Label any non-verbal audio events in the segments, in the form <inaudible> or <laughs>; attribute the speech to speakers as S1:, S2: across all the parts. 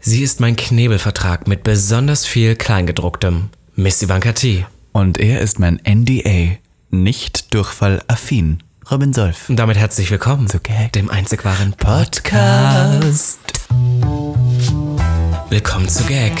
S1: Sie ist mein Knebelvertrag mit besonders viel Kleingedrucktem. Miss Ivanka T.
S2: Und er ist mein NDA, nicht durchfallaffin. Robin Solf.
S1: Und damit herzlich willkommen
S2: So gehackt.
S1: dem einzig wahren
S2: Podcast.
S1: Willkommen zu Gag.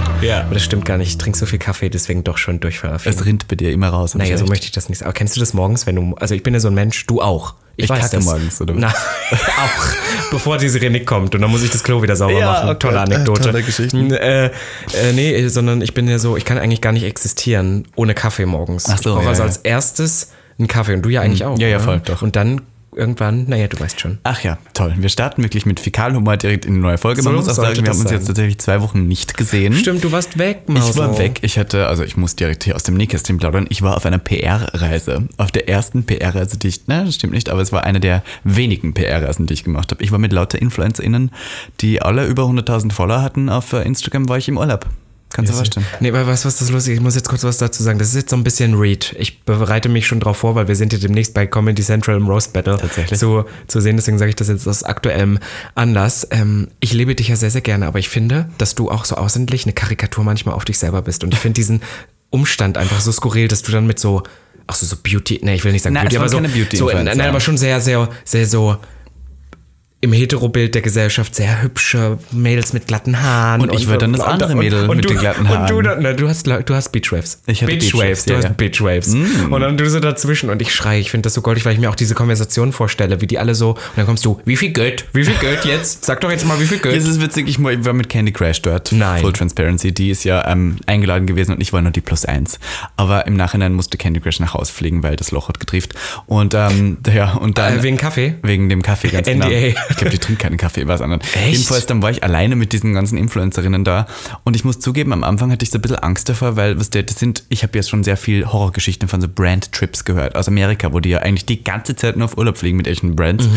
S2: Ja.
S1: Aber das stimmt gar nicht. Ich trinke so viel Kaffee, deswegen doch schon durchveröffentlicht.
S2: Es rinnt bei dir immer raus. hab ich
S1: Naja, so
S2: recht.
S1: möchte ich das nicht sagen. Aber kennst du das morgens, wenn du. Also ich bin ja so ein Mensch, du auch.
S2: Ich kacke
S1: das.
S2: morgens, oder was?
S1: Na, <laughs> auch. Bevor diese Renick kommt und dann muss ich das Klo wieder sauber
S2: Ja,
S1: machen.
S2: okay. Äh,
S1: Tolle Anekdote.
S2: Tolle Geschichten.
S1: Hm, Äh, äh, nee, sondern ich bin ja so, ich kann eigentlich gar nicht existieren ohne Kaffee morgens.
S2: Ach so,
S1: ich brauche
S2: ja,
S1: also
S2: ja. Hm.
S1: als erstes einen Kaffee und du ja eigentlich auch.
S2: Ja, ja,
S1: oder?
S2: voll, doch.
S1: Und dann irgendwann, naja, du weißt schon.
S2: Ach ja, toll. Wir starten wirklich mit Fäkalhumor direkt in die neue Folge. Man
S1: So
S2: muss auch
S1: sollte
S2: sagen, wir
S1: das
S2: haben uns
S1: sein.
S2: jetzt tatsächlich zwei Wochen nicht gesehen.
S1: Stimmt, du warst weg, Mauso.
S2: Ich war weg. Ich hatte, also ich muss direkt hier aus dem Nähkästchen plaudern. Ich war auf einer PR-Reise. Auf der ersten PR-Reise, die ich, na, das stimmt nicht, aber es war eine der wenigen PR-Reisen, die ich gemacht habe. Ich war mit lauter InfluencerInnen, die alle über 100.000 Follower hatten. Auf äh, Instagram war ich im Urlaub. Kannst du verstehen?
S1: Nee, aber was, was ist das lustig? Ich muss jetzt kurz was dazu sagen. Das ist jetzt so ein bisschen Read. Ich bereite mich schon drauf vor, weil wir sind ja demnächst bei Comedy Central im Roast Battle
S2: Tatsächlich.
S1: Zu, zu sehen. Deswegen sage ich das jetzt aus aktuellem Anlass. Ähm, ich lebe dich ja sehr, sehr gerne, aber ich finde, dass du auch so außendlich eine Karikatur manchmal auf dich selber bist. Und ich finde diesen Umstand einfach so skurril, dass du dann mit so, ach so, so Beauty, nee, ich will nicht sagen
S2: Nein,
S1: Beauty,
S2: es
S1: aber so,
S2: waren keine
S1: so
S2: Beauty-Influencer.
S1: nein, aber schon sehr, sehr, sehr so im Heterobild der Gesellschaft sehr hübsche Mädels mit glatten Haaren.
S2: Und ich war dann das andere Mädel mit
S1: du,
S2: den glatten
S1: Und du,
S2: Haaren.
S1: dann- na, du, hast, du hast Beachwaves.
S2: Ich hatte Beachwaves,
S1: du
S2: ja, Mm.
S1: hast
S2: ja.
S1: Beachwaves. Und dann du so dazwischen und ich schreie, ich finde das so goldig, weil ich mir auch diese Konversation vorstelle, wie die alle so, und dann kommst du, wie viel Geld, wie viel Geld jetzt? Sag doch jetzt mal, wie viel
S2: Es
S1: Geld?
S2: ist witzig, ich war mit Candy Crash dort.
S1: Nein.
S2: Full Transparency. Die ist ja ähm, eingeladen gewesen und ich war nur die Plus Eins. Aber im Nachhinein musste Candy Crash nach Hause fliegen, weil das Loch hat getrieft. Und, ähm, ja, und dann.
S1: Äh, wegen Kaffee?
S2: Wegen dem
S1: <laughs>
S2: Kaffee, ganz genau.
S1: NDA.
S2: Ich glaube, die trinkt keinen Kaffee, was anderen.
S1: Echt?
S2: Jedenfalls, dann war ich alleine mit diesen ganzen Influencerinnen da. Und ich muss zugeben, am Anfang hatte ich so ein bisschen Angst davor, weil, was das sind, ich habe ja schon sehr viel Horrorgeschichten von so Brand-Trips gehört aus Amerika, wo die ja eigentlich die ganze Zeit nur auf Urlaub fliegen mit echten Brands.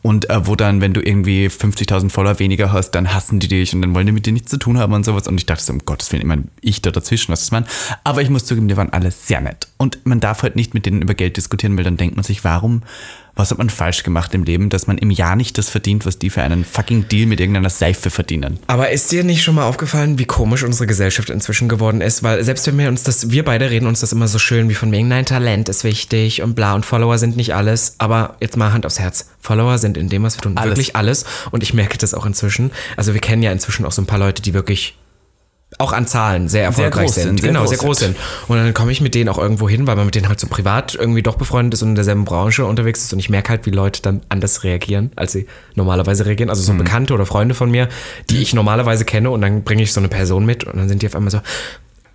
S2: Und äh, wo dann, wenn du irgendwie 50.000 Follower weniger hast, dann hassen die dich und dann wollen die mit dir nichts zu tun haben und sowas. Und ich dachte so, um Gottes Willen, ich meine, ich da dazwischen, was ist man? Aber ich muss zugeben, die waren alle sehr nett. Und man darf halt nicht mit denen über Geld diskutieren, weil dann denkt man sich, warum was hat man falsch gemacht im Leben, dass man im Jahr nicht das verdient, was die für einen fucking Deal mit irgendeiner Seife verdienen?
S1: Aber ist dir nicht schon mal aufgefallen, wie komisch unsere Gesellschaft inzwischen geworden ist? Weil selbst wenn wir uns das, wir beide reden uns das immer so schön wie von wegen, nein, Talent ist wichtig und bla und Follower sind nicht alles. Aber jetzt mal Hand aufs Herz. Follower sind in dem, was wir tun,
S2: Alles.
S1: wirklich alles. Und ich merke das auch inzwischen. Also wir kennen ja inzwischen auch so ein paar Leute, die wirklich auch an Zahlen sehr erfolgreich
S2: groß
S1: sind.
S2: sind, sehr
S1: Genau,
S2: groß
S1: sehr groß
S2: sind.
S1: sind. Und dann komme ich mit denen auch irgendwo hin, weil man mit denen halt so privat irgendwie doch befreundet ist und in derselben Branche unterwegs ist. Und ich merke halt, wie Leute dann anders reagieren, als sie normalerweise reagieren. Also
S2: Mhm.
S1: so Bekannte oder Freunde von mir, die ich normalerweise kenne. Und dann bringe ich so eine Person mit und dann sind die auf einmal so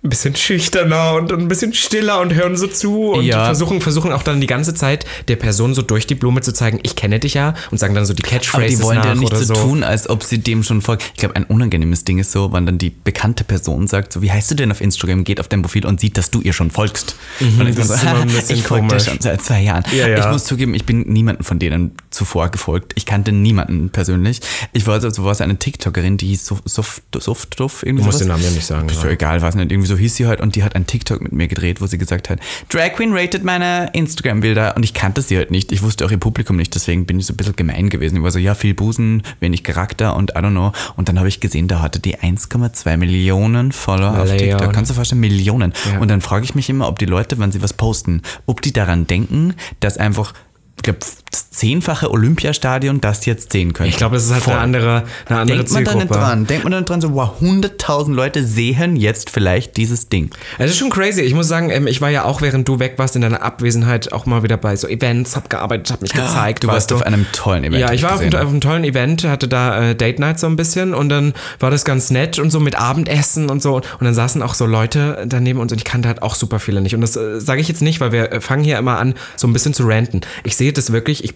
S1: ein bisschen schüchterner und ein bisschen stiller und hören so zu und
S2: Ja.
S1: versuchen, versuchen auch dann die ganze Zeit der Person so durch die Blume zu zeigen, ich kenne dich ja und sagen dann so die
S2: Aber
S1: Catchphrases
S2: die wollen
S1: nach
S2: ja nicht
S1: oder
S2: so
S1: so.
S2: tun, als ob sie dem schon folgen. Ich glaube, ein unangenehmes Ding ist so, wenn dann die bekannte Person sagt, so, wie heißt du denn auf Instagram, geht auf dein Profil und sieht, dass du ihr schon folgst. und dann
S1: Mhm, das
S2: man
S1: ist immer
S2: <laughs>
S1: ein bisschen
S2: ich folge dir
S1: komisch.
S2: schon seit zwei Jahren.
S1: Ja, ja.
S2: Ich muss zugeben, ich bin niemanden von denen zuvor gefolgt. Ich kannte niemanden persönlich. Ich war also so was eine TikTokerin, die hieß Sof- Sof- Softduff irgendwie
S1: musst
S2: sowas.
S1: den Namen ja nicht sagen, ne?
S2: Ist
S1: ja.
S2: ja egal, was nicht. Irgendwie so hieß sie halt und die hat einen TikTok mit mir gedreht, wo sie gesagt hat, Drag Queen rated meine Instagram-Bilder und ich kannte sie halt nicht. Ich wusste auch ihr Publikum nicht, deswegen bin ich so ein bisschen gemein gewesen. Ich war so, ja, viel Busen, wenig Charakter und I don't know. Und dann habe ich gesehen, da hatte die 1,2 Millionen Follower auf
S1: Millionen.
S2: TikTok. Kannst du dir vorstellen, Millionen. Und dann frage ich mich immer, ob die Leute, wenn sie was posten, ob die daran denken, dass einfach, ich glaube, das zehnfache Olympiastadion das jetzt sehen können.
S1: Ich glaube, das ist halt eine andere, eine andere
S2: Denkt man da
S1: Zielgruppe.
S2: nicht dran? Denkt man da nicht dran, so, wow, 100.000 Leute sehen jetzt vielleicht dieses Ding.
S1: Es ist schon crazy. Ich muss sagen, ähm, ich war ja auch, während du weg warst, in deiner Abwesenheit auch mal wieder bei so Events, hab gearbeitet, hab mich gezeigt.
S2: Ah, Du warst
S1: weißt
S2: auf einem tollen Event.
S1: Ja,
S2: hab
S1: ich war auf einem,
S2: gesehen.
S1: auf einem tollen Event, hatte da äh, Date Night so ein bisschen und dann war das ganz nett und so mit Abendessen und so. Und dann saßen auch so Leute daneben uns und ich kannte halt auch super viele nicht. Und das äh, sage ich jetzt nicht, weil wir äh, fangen hier immer an, so ein bisschen zu ranten. Ich sehe das wirklich, ich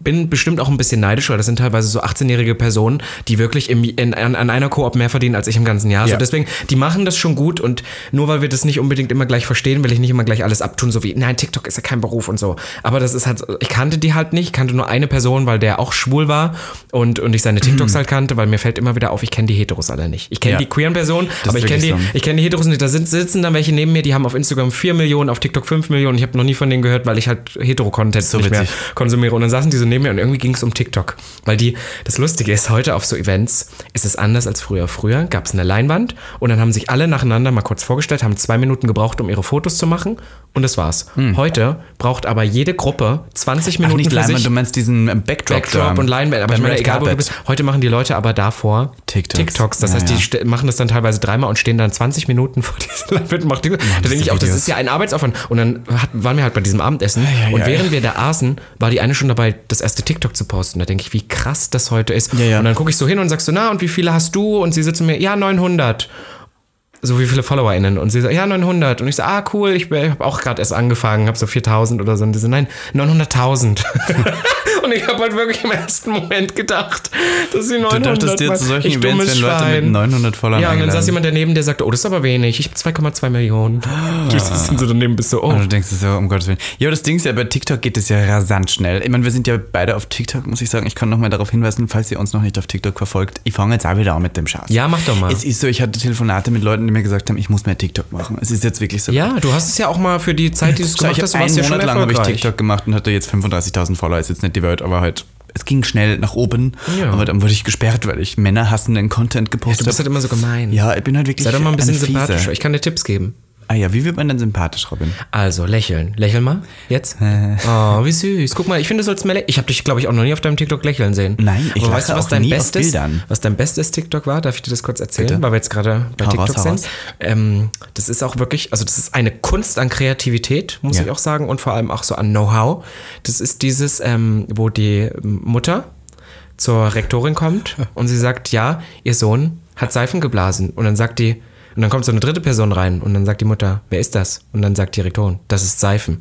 S1: bin bestimmt auch ein bisschen neidisch, weil das sind teilweise so 18-jährige Personen, die wirklich im, in, an, an einer Koop mehr verdienen als ich im ganzen Jahr.
S2: Ja.
S1: So deswegen, die machen das schon gut und nur weil wir das nicht unbedingt immer gleich verstehen, will ich nicht immer gleich alles abtun, so wie, nein, TikTok ist ja kein Beruf und so. Aber das ist halt, ich kannte die halt nicht, kannte nur eine Person, weil der auch schwul war und, und ich seine TikToks halt kannte, weil mir fällt immer wieder auf, ich kenne die Heteros alle nicht. Ich kenne
S2: Mhm. Ja.
S1: die queeren Personen, aber
S2: ist
S1: ich kenne die,
S2: wirklich so.
S1: ich kenne die Heteros nicht. Da sind, sitzen dann welche neben mir, die haben auf Instagram 4 Millionen, auf TikTok 5 Millionen. Ich habe noch nie von denen gehört, weil ich halt Hetero-Content nicht mehr
S2: witzig.
S1: konsumiere. Und dann saßen die so neben mir und irgendwie ging es um TikTok. Weil die, das Lustige ist, heute auf so Events ist es anders als früher. Früher gab es eine Leinwand und dann haben sich alle nacheinander mal kurz vorgestellt, haben zwei Minuten gebraucht, um ihre Fotos zu machen und das war's. Heute braucht aber jede Gruppe 20
S2: Hm. Ach,
S1: Minuten
S2: nicht
S1: für
S2: Leinwand,
S1: sich.
S2: du meinst diesen ähm, Backdrop.
S1: Backdrop
S2: da.
S1: und Leinwand, aber ich
S2: Beim
S1: meine,
S2: Red
S1: egal wo du
S2: Carpet.
S1: bist, heute machen die Leute aber davor
S2: TikToks.
S1: Das
S2: Ja,
S1: heißt,
S2: ja.
S1: die st- machen das dann teilweise dreimal und stehen dann 20 Minuten vor <laughs> dieser Leinwand und machen die, Da denke ich auch, das
S2: Videos.
S1: ist ja ein Arbeitsaufwand. Und dann hat, waren wir halt bei diesem Abendessen
S2: Ja, ja,
S1: und
S2: ja,
S1: während
S2: ja.
S1: wir da aßen, war die eine schon dabei, das erste TikTok zu posten. Da denke ich, wie krass das heute ist.
S2: Ja, ja.
S1: Und dann gucke ich so hin und sagst so, na und wie viele hast du? Und sie sitzen mir, ja 900 so wie viele FollowerInnen. Und sie so, ja, 900. Und ich so, ah, cool, ich, bin- ich habe auch gerade erst angefangen, habe so 4000 oder so. Und die so, nein, 900.000. <laughs> und ich habe halt wirklich im ersten Moment gedacht, dass sie 900
S2: Du dachtest dir
S1: mal-
S2: zu solchen
S1: ich
S2: Events,
S1: dummes
S2: wenn Leute mit
S1: Schwein.
S2: 900 Followern
S1: Ja, und dann
S2: eingeladen.
S1: saß jemand daneben, der sagte, oh, das ist aber wenig, ich habe 2,2 Millionen.
S2: Ah.
S1: Du sitzt dann so daneben, bist so, oh.
S2: Und du denkst dir so, um Gottes Willen. Ja, das Ding ist ja, bei TikTok geht es ja rasant schnell. Ich meine, wir sind ja beide auf TikTok, muss ich sagen. Ich kann nochmal darauf hinweisen, falls ihr uns noch nicht auf TikTok verfolgt. Ich fange jetzt auch wieder an mit dem Scheiß.
S1: Ja, mach doch mal.
S2: Es ist so, ich hatte Telefonate mit Leuten, die mir gesagt haben, ich muss mehr TikTok machen. Es ist jetzt wirklich so.
S1: Ja, du hast es ja auch mal für die Zeit, die du es
S2: So,
S1: gemacht
S2: ich
S1: hast, du
S2: habe einen
S1: warst ja schon
S2: Monat lang habe ich
S1: erfolgreich.
S2: TikTok gemacht und hatte jetzt 35.000 Follower. Ist jetzt nicht die Welt, aber halt, es ging schnell nach oben.
S1: Ja.
S2: Aber dann wurde ich gesperrt, weil ich männerhassenden Content
S1: Du
S2: gepostet
S1: bist
S2: habe.
S1: halt immer so gemein.
S2: ja, ich bin halt wirklich
S1: Sei doch mal ein bisschen
S2: eine Fiese.
S1: sympathischer. Ich kann dir Tipps geben.
S2: Ah ja, wie wird man denn sympathisch, Robin?
S1: Also, lächeln. Lächel mal. Jetzt.
S2: Äh.
S1: Oh, wie süß. Guck mal, ich finde, du sollst mehr lächeln. Ich habe dich, glaube ich, auch noch nie auf deinem TikTok lächeln sehen.
S2: Nein, ich
S1: Aber
S2: lache
S1: weißt du, was
S2: auch
S1: dein
S2: nie auf
S1: bestes,
S2: Bildern.
S1: was dein bestes TikTok war? Darf ich dir das kurz erzählen? Weil wir jetzt gerade bei
S2: Hau raus,
S1: TikTok
S2: hau
S1: sind.
S2: Ah, raus.
S1: Ähm, das ist auch wirklich, also das ist eine Kunst an Kreativität, muss
S2: Ja.
S1: ich auch sagen, und vor allem auch so an Know-how. Das ist dieses, ähm, wo die Mutter zur Rektorin
S2: <laughs>
S1: kommt und sie sagt, ja, ihr Sohn hat Seifen geblasen. Und dann sagt die, und dann kommt so eine dritte Person rein und dann sagt die Mutter, wer ist das? Und dann sagt die Rektorin, das ist Seifen.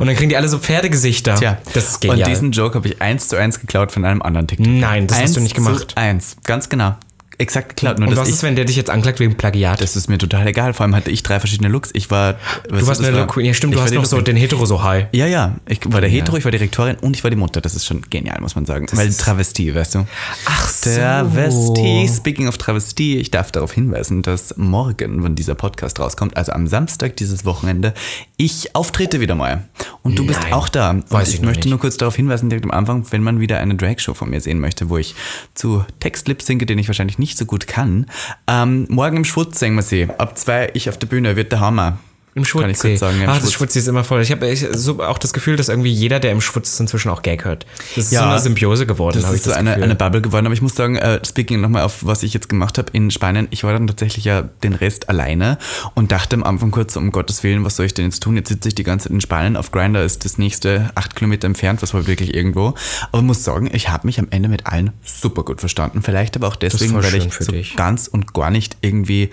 S1: Und dann kriegen die alle so Pferdegesichter.
S2: Ah. Tja,
S1: Das ist
S2: Und
S1: genial.
S2: diesen Joke habe ich eins zu eins geklaut von einem anderen TikTok.
S1: Nein, das
S2: eins
S1: hast du nicht gemacht.
S2: Zu eins, ganz genau. Exakt geklaut. Nur
S1: Und
S2: dass
S1: was
S2: ich,
S1: ist, wenn der dich jetzt anklagt wegen Plagiat?
S2: das ist mir total egal. Vor allem hatte ich drei verschiedene Looks. Ich war.
S1: du warst eine Queen. Ja, stimmt, du hast noch so den Hetero so high.
S2: Ja, ja. Ich war der Hetero, ich war die Rektorin und ich war die Mutter. Das ist schon genial, muss man sagen. Weil Travestie, weißt du?
S1: Ach so.
S2: Travestie. Speaking of Travestie, ich darf darauf hinweisen, dass morgen, wenn dieser Podcast rauskommt, also am Samstag dieses Wochenende, ich auftrete wieder mal. Und du bist
S1: Nein.
S2: auch da. Und
S1: Weiß ich
S2: ich
S1: noch
S2: möchte
S1: nicht.
S2: nur kurz darauf hinweisen, direkt am Anfang, wenn man wieder eine Drag-Show von mir sehen möchte, wo ich zu Text lip singe, den ich wahrscheinlich nicht so gut kann. Ähm, morgen im Schwutz singen wir sie. Ab zwei, ich auf der Bühne, wird der Hammer.
S1: Im Schwutz.
S2: Kann ich kurz sagen, ja, im
S1: Ach, das
S2: Schwutz.
S1: Schwutzi ist immer voll. Ich habe ich, so auch das Gefühl, dass irgendwie jeder, der im Schwutz ist, inzwischen auch Gag hört. Das ist
S2: Ja.
S1: so eine Symbiose geworden,
S2: Das
S1: habe ich
S2: ist so
S1: das
S2: eine,
S1: Gefühl.
S2: eine Bubble geworden. Aber ich muss sagen, äh, speaking nochmal auf, was ich jetzt gemacht habe in Spanien, ich war dann tatsächlich ja den Rest alleine und dachte am Anfang kurz, um Gottes Willen, was soll ich denn jetzt tun? Jetzt sitze ich die ganze Zeit in Spanien, auf Grinder ist das nächste acht Kilometer entfernt, was war wirklich irgendwo. Aber ich muss sagen, ich habe mich am Ende mit allen super gut verstanden. Vielleicht aber auch deswegen,
S1: voll
S2: weil
S1: schön
S2: ich
S1: für
S2: so
S1: dich.
S2: ganz und gar nicht irgendwie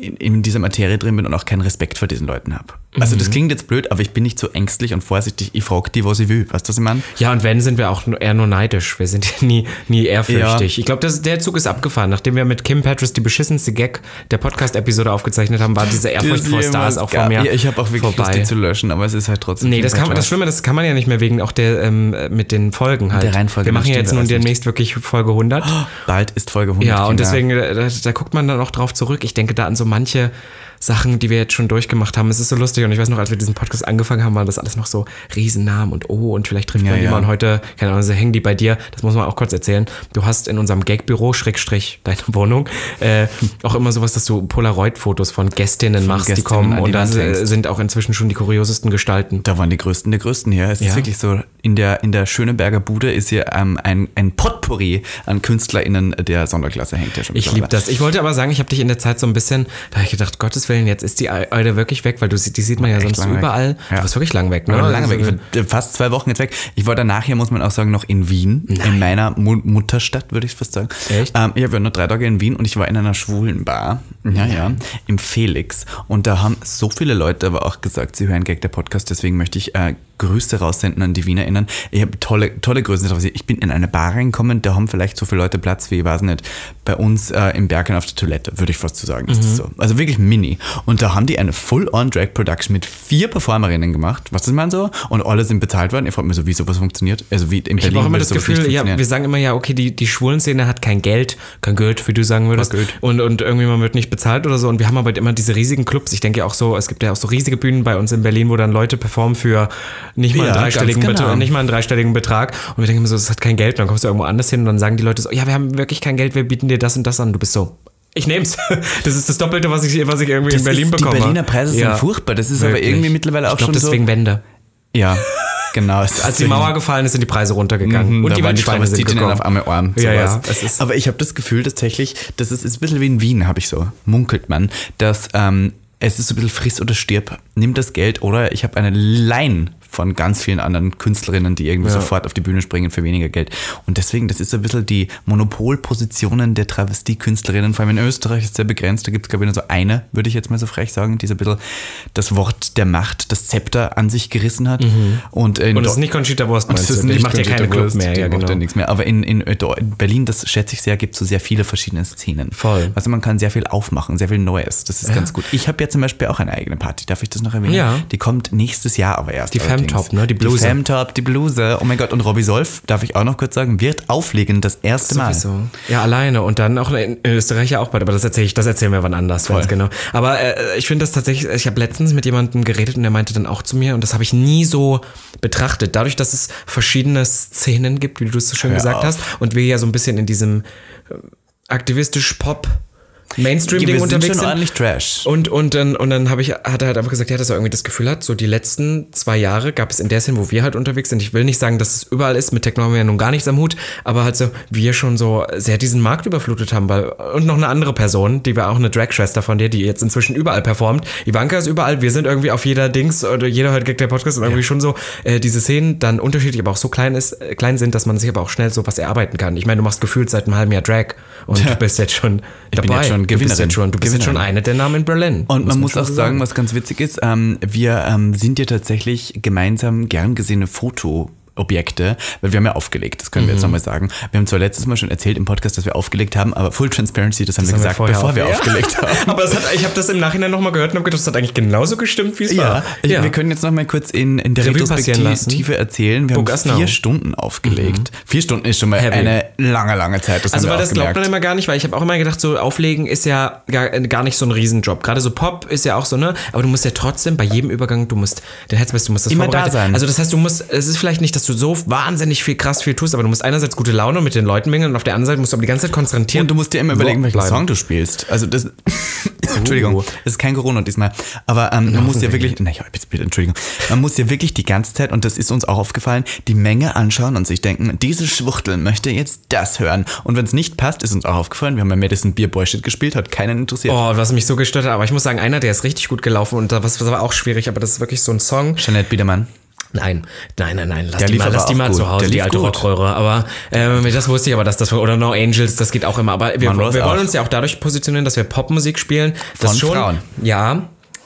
S2: in, in dieser Materie drin bin und auch keinen Respekt vor diesen Leuten habe. Also
S1: Mhm.
S2: das klingt jetzt blöd, aber ich bin nicht so ängstlich und vorsichtig. Ich frage die, was ich will. Weißt du, was ich meine?
S1: Ja, und wenn, sind wir auch nur- eher nur neidisch. Wir sind <laughs> ja nie, nie ehrfürchtig. Ich glaube, der Zug ist abgefahren. Nachdem wir mit Kim Patras die beschissenste Gag der Podcast-Episode aufgezeichnet haben, war diese Ehrfurcht vor Stars auch vor mir
S2: Ja, ich habe auch wirklich Lust,
S1: vorbei.
S2: die zu löschen, aber es ist halt trotzdem.
S1: Nee, das, kann, man- das Schlimme, das kann man ja nicht mehr wegen auch der ähm, mit den Folgen halt.
S2: der Reihenfolge,
S1: wir machen
S2: das
S1: ja
S2: stimmt,
S1: jetzt nun
S2: das ist
S1: demnächst wirklich Folge 100.
S2: Bald ist Folge 100.
S1: Ja, und
S2: Kinder.
S1: deswegen, äh, da, da- da guckt man dann auch drauf zurück. Ich denke da an so manche Sachen, die wir jetzt schon durchgemacht haben. Es ist so lustig und ich weiß noch, als wir diesen Podcast angefangen haben, waren das alles noch so Riesennamen und oh und vielleicht trifft
S2: Ja,
S1: man
S2: ja.
S1: jemanden heute, keine Ahnung, so hängen die bei dir. Das muss man auch kurz erzählen. Du hast in unserem Gagbüro, Schrägstrich, deine Wohnung, äh, auch immer sowas, dass du Polaroid-Fotos von Gästinnen machst, die
S2: Gästinnen
S1: kommen
S2: an die
S1: und da
S2: Wand hängst.
S1: sind auch inzwischen schon die kuriosesten Gestalten.
S2: Da waren die Größten der Größten hier. Es
S1: Ja.
S2: ist wirklich so, in der, in der Schöneberger Bude ist hier ähm, ein, ein Potpourri an KünstlerInnen der Sonderklasse hängt ja schon.
S1: Ich liebe das. Ich wollte aber sagen, ich habe dich in der Zeit so ein bisschen, da habe ich gedacht, Gottes vorstellen, jetzt ist die Eule wirklich weg, weil du sie- die sieht man ja
S2: Echt
S1: sonst
S2: lang weg.
S1: überall.
S2: Ja.
S1: Du warst wirklich lang weg, ne?
S2: Aber lange
S1: Also,
S2: weg. Ich war äh, fast zwei Wochen jetzt weg. Ich war danach hier, muss man auch sagen, noch in Wien. In meiner Mu Mutterstadt, würde ich fast sagen.
S1: Echt?
S2: Ähm, ich war nur drei Tage in Wien und ich war in einer schwulen Bar. Ja, ja. Im Felix. Und da haben so viele Leute aber auch gesagt, sie hören Gag der Podcast. Deswegen möchte ich äh, Grüße raussenden an die WienerInnen. Ich habe tolle, tolle Grüße drauf. Ich bin in eine Bar reingekommen, da haben vielleicht so viele Leute Platz wie, ich weiß nicht, bei uns äh, im Bergen auf der Toilette, würde ich fast so sagen.
S1: Mhm.
S2: Ist das so. Also wirklich mini. Und da haben die eine Full-on-Drag-Production mit vier Performerinnen gemacht. Was ist man so? Und alle sind bezahlt worden. Ich frage mich so, wie sowas funktioniert. Also wie in Berlin.
S1: Ich habe auch immer
S2: würde
S1: das
S2: sowas nicht
S1: Gefühl, ja,
S2: funktionieren.
S1: wir sagen immer ja, okay, die, die Schwulenszene hat kein Geld, kein Geld, wie du sagen würdest.
S2: Kein Geld.
S1: Und, und irgendwie man wird nicht bezahlt oder so. Und wir haben aber halt immer diese riesigen Clubs. Ich denke ja auch so, es gibt ja auch so riesige Bühnen bei uns in Berlin, wo dann Leute performen für nicht mal,
S2: Ja,
S1: einen, dreistelligen
S2: ganz genau.
S1: Betrag, nicht mal einen dreistelligen Betrag. Und wir denken immer so, das hat kein Geld. Und dann kommst du irgendwo anders hin und dann sagen die Leute so, ja, wir haben wirklich kein Geld, wir bieten dir das und das an. Du bist so. Ich nehm's. <laughs> Das ist das Doppelte, was ich, was ich irgendwie in
S2: Das
S1: Berlin
S2: ist- die
S1: bekomme.
S2: Berliner Preise sind furchtbar. Das ist aber irgendwie mittlerweile auch
S1: ich glaub,
S2: schon so-
S1: deswegen Wände.
S2: Ja, genau. Es ist
S1: Als die
S2: so-
S1: Mauer gefallen ist, sind die Preise runtergegangen.
S2: Mhm,
S1: und
S2: da
S1: die
S2: waren
S1: Wildschweine sind
S2: Travestitinnen
S1: gekommen.
S2: auf oh, arme Arm.
S1: Ja, ja.
S2: Aber ich habe das Gefühl, dass tatsächlich, das ist, ist ein bisschen wie in Wien, habe ich so, munkelt man, dass ähm, es ist so ein bisschen friss oder stirb, nimm das Geld oder ich habe eine Line von ganz vielen anderen Künstlerinnen, die irgendwie sofort auf die Bühne springen für weniger Geld. Und deswegen, das ist so ein bisschen die Monopolpositionen der Travestiekünstlerinnen, vor allem in Österreich ist es sehr begrenzt, da gibt es glaube ich nur so eine, würde ich jetzt mal so frech sagen, die so ein bisschen das Wort der Macht, das Zepter an sich gerissen hat. Und, äh, in
S1: Mhm. Und es
S2: Deu-
S1: ist nicht Conchita Wurst,
S2: und das
S1: meinst
S2: ist
S1: du?
S2: nicht
S1: Die macht ja
S2: Conchita
S1: keine Club
S2: Wurst,
S1: mehr.
S2: Die
S1: Ja,
S2: macht
S1: genau.
S2: ja nichts mehr. Aber in, in Ödo- in Berlin, das schätze ich sehr, gibt es so sehr viele verschiedene Szenen.
S1: Voll.
S2: Also man kann sehr viel aufmachen, sehr viel Neues. Das ist ganz gut. Ich habe ja zum Beispiel auch eine eigene Party. Darf ich das noch erwähnen?
S1: Ja.
S2: Die kommt nächstes Jahr aber erst.
S1: Die
S2: allerdings.
S1: Femtop, ne? Die Bluse.
S2: Die Femtop, die Bluse. Oh mein Gott. Und Robbie Solf, darf ich auch noch kurz sagen, wird auflegen das erste Mal.
S1: Sowieso. Ja, alleine. Und dann auch in Österreich ja auch bald. Aber das erzähle ich, das erzählen wir wann anders. Ganz genau. Aber äh, ich finde das tatsächlich, ich habe letztens mit jemandem geredet und der meinte dann auch zu mir, und das habe ich nie so betrachtet. Dadurch, dass es verschiedene Szenen gibt, wie du es so schön gesagt
S2: auf.
S1: hast, und wir ja so ein bisschen in diesem äh, aktivistisch Pop Mainstream-Ding
S2: Wir sind
S1: unterwegs
S2: schon
S1: sind.
S2: ordentlich Trash.
S1: Und, und dann, und dann hab ich, hat er halt einfach gesagt, ja, dass er irgendwie das Gefühl hat, so die letzten zwei Jahre gab es in der Szene, wo wir halt unterwegs sind. Ich will nicht sagen, dass es überall ist, mit Techno haben wir ja nun gar nichts am Hut, aber halt so, wir schon so sehr diesen Markt überflutet haben, weil, und noch eine andere Person, die war auch eine Drag-Schwester von dir, die jetzt inzwischen überall performt. Ivanka ist überall, wir sind irgendwie auf jeder Dings oder jeder hört Gag der Podcast und irgendwie schon so, äh, diese Szenen dann unterschiedlich, aber auch so klein ist, äh, klein sind, dass man sich aber auch schnell so was erarbeiten kann. Ich meine, du machst gefühlt seit einem halben Jahr Drag und du bist jetzt schon dabei.
S2: bin jetzt schon
S1: du bist
S2: Gewinnerin.
S1: jetzt schon, du bist jetzt schon
S2: Gewinnerin.
S1: eine der Namen in Berlin.
S2: Und man muss
S1: schon
S2: auch
S1: so
S2: sagen, was ganz witzig ist, ähm, wir ähm, sind ja tatsächlich gemeinsam gern gesehene Fotoobjekte, weil wir haben ja aufgelegt, das können wir
S1: Mhm.
S2: jetzt nochmal sagen. Wir haben zwar letztes Mal schon erzählt im Podcast, dass wir aufgelegt haben, aber Full Transparency, das haben wir
S1: haben wir
S2: gesagt,
S1: vorher
S2: bevor wir
S1: aufge-
S2: aufgelegt
S1: <laughs>
S2: haben.
S1: Aber es hat, ich habe das im Nachhinein nochmal gehört und habe gedacht, das hat eigentlich genauso gestimmt, wie es
S2: Ja,
S1: war.
S2: ich, wir können jetzt nochmal kurz in, in der
S1: Revue passieren
S2: Retrospektive erzählen. Wir
S1: Book us
S2: haben
S1: now. Mhm.
S2: vier Stunden aufgelegt. Vier Stunden ist schon mal
S1: Heavy.
S2: eine lange, lange Zeit. Das
S1: also,
S2: haben
S1: weil
S2: wir
S1: das
S2: auch
S1: glaubt man
S2: gemerkt.
S1: immer gar nicht, weil ich habe auch immer gedacht, so Auflegen ist ja gar, gar nicht so ein Riesenjob. Gerade so Pop ist ja auch so, ne? Aber du musst ja trotzdem bei jedem Übergang, du musst den Headspace, du musst das
S2: Immer da
S1: vorbereiten.
S2: sein.
S1: Also, das heißt, du musst, es ist vielleicht nicht, dass du so wahnsinnig viel krass viel tust, aber du musst einerseits gute Laune mit den Leuten mingeln und auf der anderen Seite musst du aber die ganze Zeit konzentrieren.
S2: Und du musst dir immer überlegen,
S1: So
S2: welchen
S1: bleiben. Oh.
S2: Song du spielst.
S1: <laughs>
S2: Also das. Entschuldigung, es ist kein Corona diesmal. Aber ähm, man muss ja wirklich. Nein, ich hab jetzt bitte Entschuldigung. Man muss ja wirklich die ganze Zeit, und das ist uns auch aufgefallen, die Menge anschauen und sich denken, diese Schwuchtel möchte jetzt das hören. Und wenn es nicht passt, ist uns auch aufgefallen, wir haben ja Madison Beer Bullshit gespielt, hat keinen interessiert.
S1: Oh, was mich so gestört hat, aber ich muss sagen, einer, der ist richtig gut gelaufen und da was was war auch schwierig, aber das ist wirklich so ein Song.
S2: Jeanette Biedermann.
S1: Nein, nein, nein, nein. Lass
S2: Der
S1: die
S2: lief
S1: mal,
S2: aber
S1: lass die
S2: auch
S1: mal
S2: gut.
S1: zu Hause,
S2: Der
S1: die
S2: lief
S1: alte
S2: gut.
S1: Rockröhre. Aber ähm, das wusste ich aber, dass das oder No Angels, das geht auch immer. Aber wir,
S2: Monroe's
S1: wir wollen
S2: auch.
S1: uns ja auch dadurch positionieren, dass wir Popmusik spielen. das
S2: Von
S1: schon,
S2: Frauen.
S1: Ja.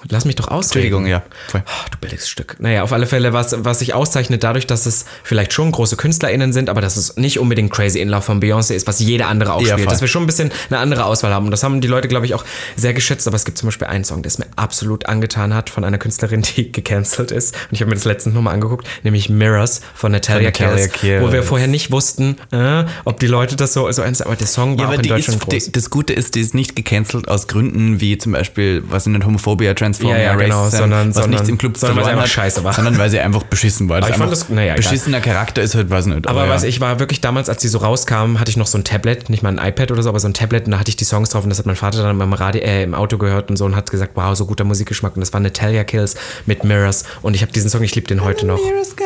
S1: Lass mich doch ausreden.
S2: Entschuldigung, ja. Voll.
S1: Ah, Du billiges Stück. Naja, auf alle Fälle, was, was sich auszeichnet dadurch, dass es vielleicht schon große KünstlerInnen sind, aber dass es nicht unbedingt Crazy Inlauf von Beyoncé ist, was jeder andere auch
S2: Ja,
S1: spielt.
S2: voll.
S1: Dass wir schon ein bisschen eine andere Auswahl haben. Und das haben die Leute, glaube ich, auch sehr geschätzt. Aber es gibt zum Beispiel einen Song, der es mir absolut angetan hat, von einer Künstlerin, die <laughs> gecancelt ist. Und ich habe mir das letztens nochmal angeguckt, nämlich Mirrors von Natalia,
S2: Von Natalia
S1: Kills, Wo wir
S2: Kills.
S1: vorher nicht wussten, äh, ob die Leute das so, so eins, aber der Song war
S2: Ja,
S1: auch
S2: aber
S1: in
S2: die
S1: Deutschland
S2: ist,
S1: groß.
S2: die, das Gute ist, die ist nicht gecancelt aus Gründen wie zum Beispiel, was in der Homophobia, Transformer
S1: Ja, ja,
S2: Race
S1: genau,
S2: sein,
S1: sondern-
S2: was
S1: sondern-
S2: nichts im Club
S1: sondern weil sie
S2: verloren
S1: einfach
S2: hat,
S1: scheiße war.
S2: Sondern weil sie einfach beschissen war.
S1: Aber
S2: Das
S1: ich
S2: ist
S1: fand
S2: einfach-
S1: das- naja, egal.
S2: beschissener Charakter ist halt, weiß nicht.
S1: Aber
S2: ja.
S1: weiß ich war wirklich damals, als die so rauskamen, hatte ich noch so ein Tablet, nicht mal ein iPad oder so, aber so ein Tablet und da hatte ich die Songs drauf und das hat mein Vater dann im, Radio, äh, im Auto gehört und so und hat gesagt, wow, so guter Musikgeschmack und das war Natalia Kills mit Mirrors und ich habe diesen Song, ich liebe den heute noch.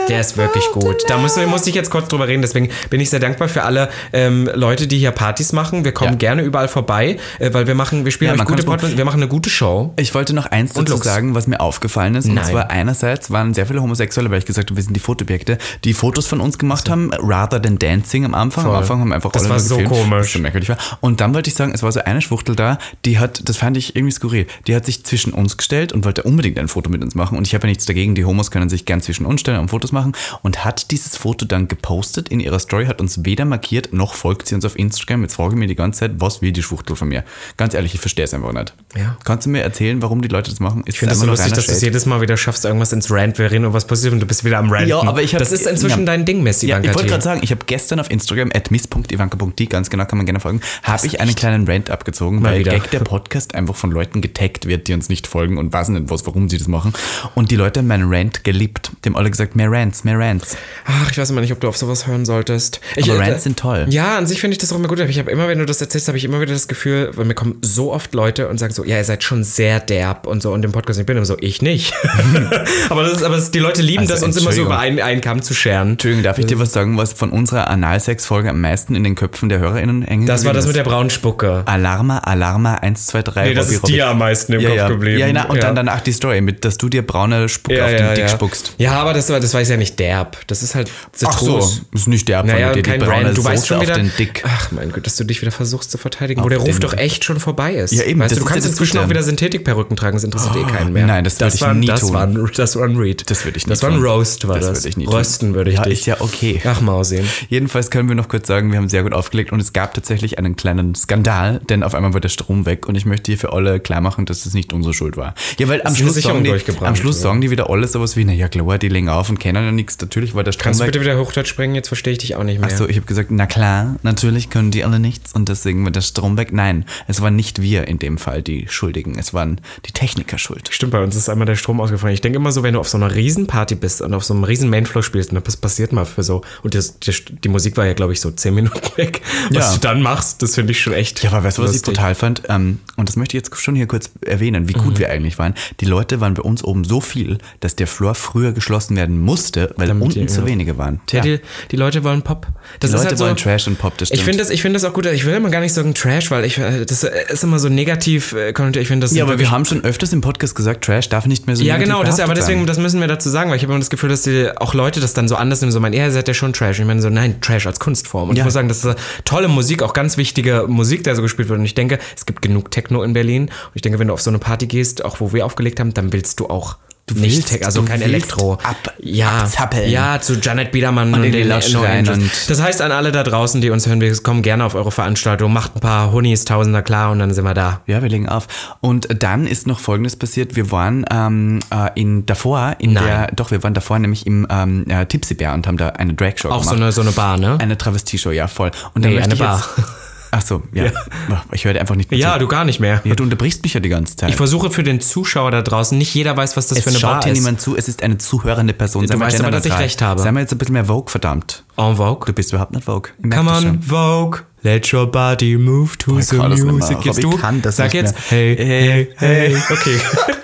S1: Der ist wirklich gut. Da muss, muss ich jetzt kurz drüber reden, deswegen bin ich sehr dankbar für alle ähm, Leute, die hier Partys machen. Wir kommen
S2: Ja.
S1: gerne überall vorbei, äh, weil wir machen, wir spielen
S2: Ja,
S1: euch
S2: man
S1: gute
S2: kann's-
S1: Podcasts, wir machen eine gute Show.
S2: Ich wollte noch eins
S1: Und
S2: dazu
S1: Lux.
S2: sagen, was mir aufgefallen ist.
S1: Nein.
S2: Und zwar einerseits waren sehr viele Homosexuelle, weil ich gesagt habe, wir sind die Fotobjekte, die Fotos von uns gemacht haben, rather than dancing am Anfang.
S1: Voll.
S2: Am Anfang haben einfach
S1: Das
S2: alle
S1: war
S2: nur
S1: so
S2: gefilmt,
S1: komisch.
S2: Was so merkwürdig war. Und dann wollte ich sagen, es war so eine Schwuchtel da, die hat, das fand ich irgendwie skurril, die hat sich zwischen uns gestellt und wollte unbedingt ein Foto mit uns machen. Und ich habe ja nichts dagegen, die Homos können sich gern zwischen uns stellen und Fotos machen. Und hat dieses Foto dann gepostet in ihrer Story, hat uns weder markiert, noch folgt sie uns auf Instagram. Jetzt frage ich mir die ganze Zeit, was will die Schwuchtel von mir? Ganz ehrlich, ich verstehe es einfach nicht.
S1: Ja.
S2: Kannst du mir erzählen, warum die Leute das machen? Ist
S1: Ich finde das so lustig, dass du es jedes Mal wieder schaffst, irgendwas ins Rant, wir reden über was Positives und du bist wieder am Rant.
S2: Ja, aber ich hab-
S1: das ist inzwischen
S2: Ja.
S1: dein Ding, Messi.
S2: ja,
S1: Ivanka
S2: ich wollte
S1: Thiel.
S2: gerade sagen, ich habe gestern auf Instagram at miss.ivanka.di, ganz genau, kann man gerne folgen, habe ich einen kleinen Rant abgezogen, weil
S1: wieder.
S2: Gag der Podcast einfach von Leuten getaggt wird, die uns nicht folgen und weiß nicht was, warum sie das machen. Und die Leute haben meinen Rant geliebt. Dem alle gesagt, mehr Rants, mehr Rants.
S1: Ach, ich weiß immer nicht, ob du auf sowas hören solltest. Ich, äh,
S2: Aber Rants sind toll.
S1: Ja, an sich finde ich das auch immer gut. aber Ich habe immer, wenn du das erzählst, habe ich immer wieder das Gefühl, weil mir kommen so oft Leute und sagen so, ja, ihr seid schon sehr derb und so und im Podcast. Ich bin immer so, ich nicht. <laughs> aber das ist, aber das, die Leute lieben
S2: Mhm. Also,
S1: das, uns immer so
S2: Entschuldigung.
S1: über einen, einen Kamm zu scheren.
S2: Entschuldigung, darf ich dir was sagen, was von unserer Analsex-Folge am meisten in den Köpfen der HörerInnen hängen
S1: Das war
S2: geblieben
S1: das mit
S2: ist?
S1: der braunen Spucke.
S2: Alarma, Alarma 123.
S1: Nee, das ist dir am meisten im
S2: Ah, ja,
S1: Kopf
S2: ja.
S1: geblieben.
S2: Ja, na, und
S1: Ja.
S2: dann danach die Story mit, dass du dir braune Spucke auf den Dick spuckst.
S1: Ja, aber das, war- das war ja nicht derb. Das ist halt Zitrus.
S2: ist nicht der Abfall,
S1: Naja,
S2: mit dir
S1: kein
S2: die braune
S1: Brand. Du
S2: Soße
S1: weißt schon wieder.
S2: auf den Dick.
S1: Ach mein Gott, dass du dich wieder versuchst zu verteidigen, wo der Ruf
S2: den
S1: doch
S2: Dick.
S1: echt schon vorbei ist.
S2: Ja, eben,
S1: Weißt
S2: das
S1: du, du
S2: ist ja
S1: kannst
S2: das
S1: inzwischen
S2: Gute.
S1: auch wieder Synthetikperücken tragen, das interessiert eh keinen mehr.
S2: nein, das würde ich
S1: war, ein-
S2: nie
S1: das
S2: tun.
S1: War ein, das war ein Read.
S2: Das würde ich nie
S1: Das war ein
S2: tun.
S1: Roast, war das.
S2: Das würde ich nie tun.
S1: Rösten würde ich
S2: Ja,
S1: dich.
S2: ist ja okay.
S1: Ach, Mausi.
S2: Jedenfalls können wir noch kurz sagen, wir haben sehr gut aufgelegt und es gab tatsächlich einen kleinen Skandal, denn auf einmal war der Strom weg und ich möchte hier für alle klar machen, dass es nicht unsere Schuld war. Ja, weil
S1: Ist
S2: am
S1: eine
S2: Schluss,
S1: Sicherung
S2: sagen die,
S1: durchgebrannt,
S2: am Schluss
S1: oder?
S2: sagen die wieder alle sowas wie, naja klar, die legen auf und kennen ja nichts. Natürlich war der Strom
S1: Kannst du
S2: weg.
S1: bitte wieder Hochdeutsch springen? Jetzt verstehe ich dich auch nicht mehr.
S2: Achso, ich habe gesagt, na klar, natürlich können die alle nichts und deswegen wird der Strom weg. Nein, es waren nicht wir in dem Fall die Schuldigen, es waren die Techniker schuld.
S1: Stimmt, bei uns ist einmal der Strom ausgefallen. Ich denke immer so, wenn du auf so einer Riesenparty bist und auf so einem riesen Mainfloor spielst, und das passiert mal für so, und das, die, die Musik war ja, glaube ich, so zehn Minuten weg. Was
S2: Ja.
S1: du dann machst, das finde ich schon echt.
S2: Ja, aber weißt du, was ich
S1: lustig.
S2: brutal fand? Ähm, und das möchte ich jetzt schon hier kurz erwähnen, wie
S1: Mhm.
S2: gut wir eigentlich waren. Die Leute waren bei uns oben so viel, dass der Floor früher geschlossen werden musste, weil
S1: Damit die-
S2: unten zu
S1: ja.
S2: wenige waren.
S1: Ja. Die, die Leute wollen Pop. Das
S2: Die
S1: ist
S2: Leute
S1: halt so,
S2: wollen Trash und Pop, das
S1: Ich
S2: stimmt.
S1: finde das, ich finde das auch gut. Ich will immer gar nicht sagen Trash, weil ich äh, das ist immer so negativ. äh, konnotiert. Ich finde das.
S2: ja, aber wir haben schon öfters im Podcast gesagt, Trash darf nicht mehr so
S1: ja,
S2: negativ
S1: genau, das, aber
S2: behaftet
S1: deswegen,
S2: sein.
S1: das müssen wir dazu sagen, weil ich habe immer das Gefühl, dass die auch Leute das dann so anders nehmen, so meinen, ja, ihr seid ja schon Trash. Ich meine so, nein, Trash als Kunstform. Und ich
S2: Ja.
S1: muss sagen, das ist tolle Musik, auch ganz wichtige Musik, da so gespielt wird. Und ich denke, es gibt genug Techno in Berlin. Und ich denke, wenn du auf so eine Party gehst, auch wo wir aufgelegt haben, dann willst du auch nicht
S2: willst-
S1: Tech, also
S2: du
S1: kein
S2: willst
S1: Elektro.
S2: ab-
S1: ja,
S2: abzappeln.
S1: ja, zu Janet Biedermann und,
S2: in die
S1: den
S2: Lush
S1: No
S2: rein
S1: Angels.
S2: und-
S1: Das heißt an alle da draußen, die uns hören, wir kommen gerne auf eure Veranstaltung, macht ein paar Honis, Tausender klar und dann sind wir da.
S2: Ja, wir legen auf. Und dann ist noch Folgendes passiert. Wir waren ähm, äh, in davor in
S1: Nein.
S2: der, doch, wir waren davor nämlich im ähm, äh, Tipsy Bear und haben da eine Drag-Show
S1: Auch
S2: gemacht.
S1: so eine, so eine Bar, ne?
S2: eine Travestie-Show, ja, voll. Und dann
S1: Nee,
S2: möchte
S1: eine
S2: ich
S1: Bar.
S2: jetzt- <laughs> Ach so, ja. Ich höre dir einfach nicht mehr
S1: Ja,
S2: zu.
S1: du gar nicht mehr.
S2: Ja, du unterbrichst mich ja die ganze Zeit.
S1: Ich versuche für den Zuschauer da draußen, nicht jeder weiß, was das für eine
S2: es schaut
S1: Bar
S2: dir
S1: ist.
S2: niemand zu, es ist eine zuhörende Person. Sei mal
S1: weißt aber, dass ich
S2: genderneutral.
S1: recht habe.
S2: Sei mal jetzt ein bisschen mehr Vogue, verdammt.
S1: En Vogue.
S2: Du bist überhaupt nicht Vogue. Ich merk
S1: Come
S2: das schon.
S1: on, Vogue. Let your body move to
S2: ich
S1: the
S2: kann das nicht mehr.
S1: music.
S2: Robby kann das
S1: Sag
S2: nicht
S1: jetzt,
S2: mehr.
S1: hey, hey, hey.
S2: <laughs>
S1: Okay. okay,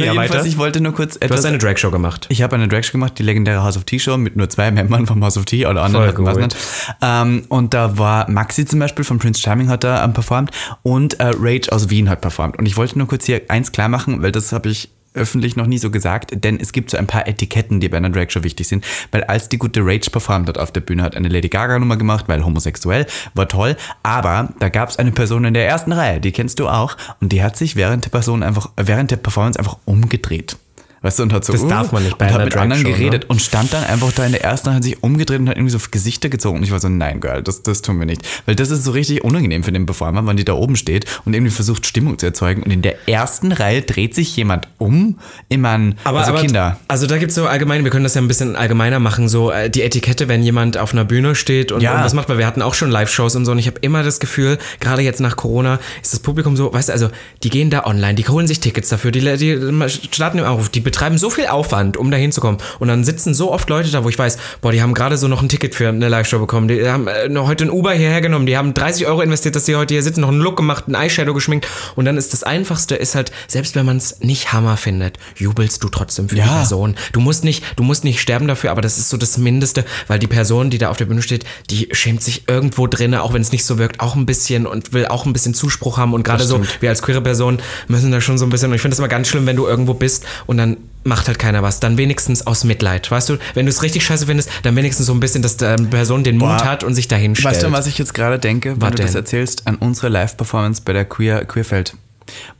S2: Na,
S1: ja,
S2: jedenfalls,
S1: weiter.
S2: ich wollte nur kurz
S1: Du
S2: etwas...
S1: hast eine Dragshow gemacht.
S2: ich habe eine Dragshow gemacht, die legendäre House of Tea Show mit nur zwei Membern vom House of Tea oder anderen.
S1: Voll
S2: was
S1: gut.
S2: nicht. Ähm, und da war Maxi zum Beispiel von Prince Charming hat da ähm, performt und äh, Rage aus Wien hat performt. Und ich wollte nur kurz hier eins klar machen, weil das habe ich öffentlich noch nie so gesagt, denn es gibt so ein paar Etiketten, die bei einer Dragshow wichtig sind, weil als die gute Rage performt hat auf der Bühne, hat eine Lady Gaga Nummer gemacht, weil homosexuell, war toll, aber da gab es eine Person in der ersten Reihe, die kennst du auch, und die hat sich während der Person einfach, während der Performance einfach umgedreht. Weißt du, und hat so,
S1: Das darf man nicht bei
S2: bei Uh, und hat
S1: einer
S2: mit
S1: Drag
S2: anderen
S1: Show, ne?
S2: geredet und stand dann einfach da in der ersten, hat sich umgedreht und hat irgendwie so auf Gesichter gezogen. Und ich war so, nein, Girl, das, das tun wir nicht. Weil das ist so richtig unangenehm für den Performer, wenn die da oben steht und irgendwie versucht, Stimmung zu erzeugen. Und in der ersten Reihe dreht sich jemand um, immer ein,
S1: Aber,
S2: also
S1: aber
S2: Kinder.
S1: Also da gibt es so allgemein, wir können das ja ein bisschen allgemeiner machen, so äh, die Etikette, wenn jemand auf einer Bühne steht und
S2: Ja.
S1: irgendwas macht, weil wir hatten auch schon Live-Shows und so und ich habe immer das Gefühl, gerade jetzt nach Corona, ist das Publikum so, weißt du, also die gehen da online, die holen sich Tickets dafür, die, die starten im Anruf, die betreiben so viel Aufwand, um da hinzukommen und dann sitzen so oft Leute da, wo ich weiß, boah, die haben gerade so noch ein Ticket für eine Live-Show bekommen, die haben äh, noch heute ein Uber hierher genommen, die haben 30 Euro investiert, dass sie heute hier sitzen, noch einen Look gemacht, einen Eyeshadow geschminkt und dann ist das Einfachste ist halt, selbst wenn man es nicht Hammer findet, jubelst du trotzdem für die
S2: Ja.
S1: Person. Person. Du musst nicht, du musst nicht sterben dafür, aber das ist so das Mindeste, weil die Person, die da auf der Bühne steht, die schämt sich irgendwo drinne, auch wenn es nicht so wirkt, auch ein bisschen und will auch ein bisschen Zuspruch haben und gerade so wir als queere Person müssen da schon so ein bisschen und ich finde es immer ganz schlimm, wenn du irgendwo bist und dann macht halt keiner was, dann wenigstens aus Mitleid, weißt du? Wenn du es richtig scheiße findest, dann wenigstens so ein bisschen, dass die ähm, Person den Mut
S2: Boah.
S1: hat und sich dahin stellt.
S2: Weißt du, an was ich jetzt gerade denke, wenn
S1: Was
S2: du das
S1: denn?
S2: erzählst, an unsere Live-Performance bei der Queer, Queerfeld?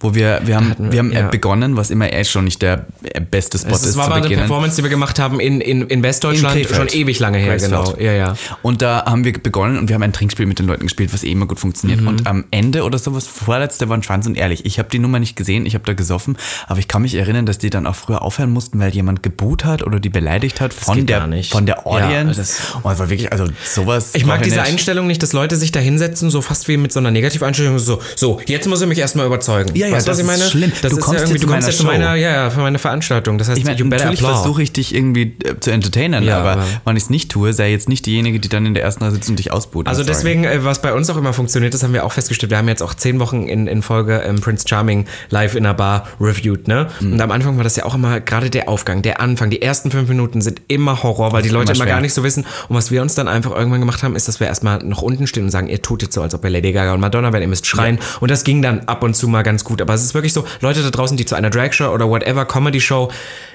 S2: Wo wir, wir haben, wir,
S1: wir-
S2: haben äh,
S1: ja.
S2: begonnen, was immer eh schon nicht der äh, beste Spot
S1: das,
S2: ist
S1: war
S2: zu
S1: aber eine
S2: beginnen.
S1: Performance, die wir gemacht haben in, in, in Westdeutschland,
S2: In
S1: schon
S2: Krefeld.
S1: ewig lange her,
S2: Crefeld.
S1: genau. Ja, ja.
S2: Und da haben wir begonnen und wir haben ein Trinkspiel mit den Leuten gespielt, was eh immer gut funktioniert.
S1: Mhm.
S2: Und am Ende oder sowas, vorletzte waren Schwanz und ehrlich. Ich habe die Nummer nicht gesehen, ich habe da gesoffen, aber ich kann mich erinnern, dass die dann auch früher aufhören mussten, weil jemand geboot hat oder die beleidigt hat von,
S1: geht
S2: der,
S1: gar nicht.
S2: von der
S1: Ja,
S2: Audience.
S1: das-
S2: oh, das war wirklich, also sowas.
S1: Ich mag
S2: brauch
S1: diese
S2: nicht.
S1: Einstellung nicht, dass Leute sich da hinsetzen, so fast wie mit so einer Negativeinstellung, so, so, jetzt muss er mich erstmal überzeugen.
S2: Ja, ja,
S1: weißt du, was
S2: das
S1: ich meine?
S2: ist schlimm.
S1: Das
S2: Du
S1: ist
S2: kommst
S1: ja irgendwie,
S2: jetzt
S1: du
S2: zu
S1: kommst jetzt
S2: meiner
S1: zu meiner,
S2: Show.
S1: ja, ja, für meine Veranstaltung. Das heißt,
S2: Ich meine,
S1: you better
S2: natürlich
S1: applaud.
S2: versuche ich dich irgendwie äh, zu entertainen,
S1: Ja,
S2: aber,
S1: aber-
S2: wenn ich es nicht tue, sei jetzt nicht diejenige, die dann in der ersten Reihe sitzt und dich ausboot.
S1: Also deswegen, äh, was bei uns auch immer funktioniert, das haben wir auch festgestellt. Wir haben jetzt auch zehn Wochen in, in Folge ähm, Prince Charming live in einer Bar reviewed, ne?
S2: Mhm.
S1: Und am Anfang war das ja auch immer gerade der Aufgang, der Anfang, die ersten fünf Minuten sind immer Horror, weil die Leute
S2: immer
S1: immer
S2: schwer.
S1: gar nicht so wissen. Und was wir uns dann einfach irgendwann gemacht haben, ist, dass wir erstmal noch unten stehen und sagen, ihr tut jetzt so, als ob ihr Lady Gaga und Madonna wärt, ihr müsst schreien. Und das ging dann ab und zu mal ganz gut. Aber es ist wirklich so, Leute da draußen, die zu einer Drag Show oder whatever Comedy Show,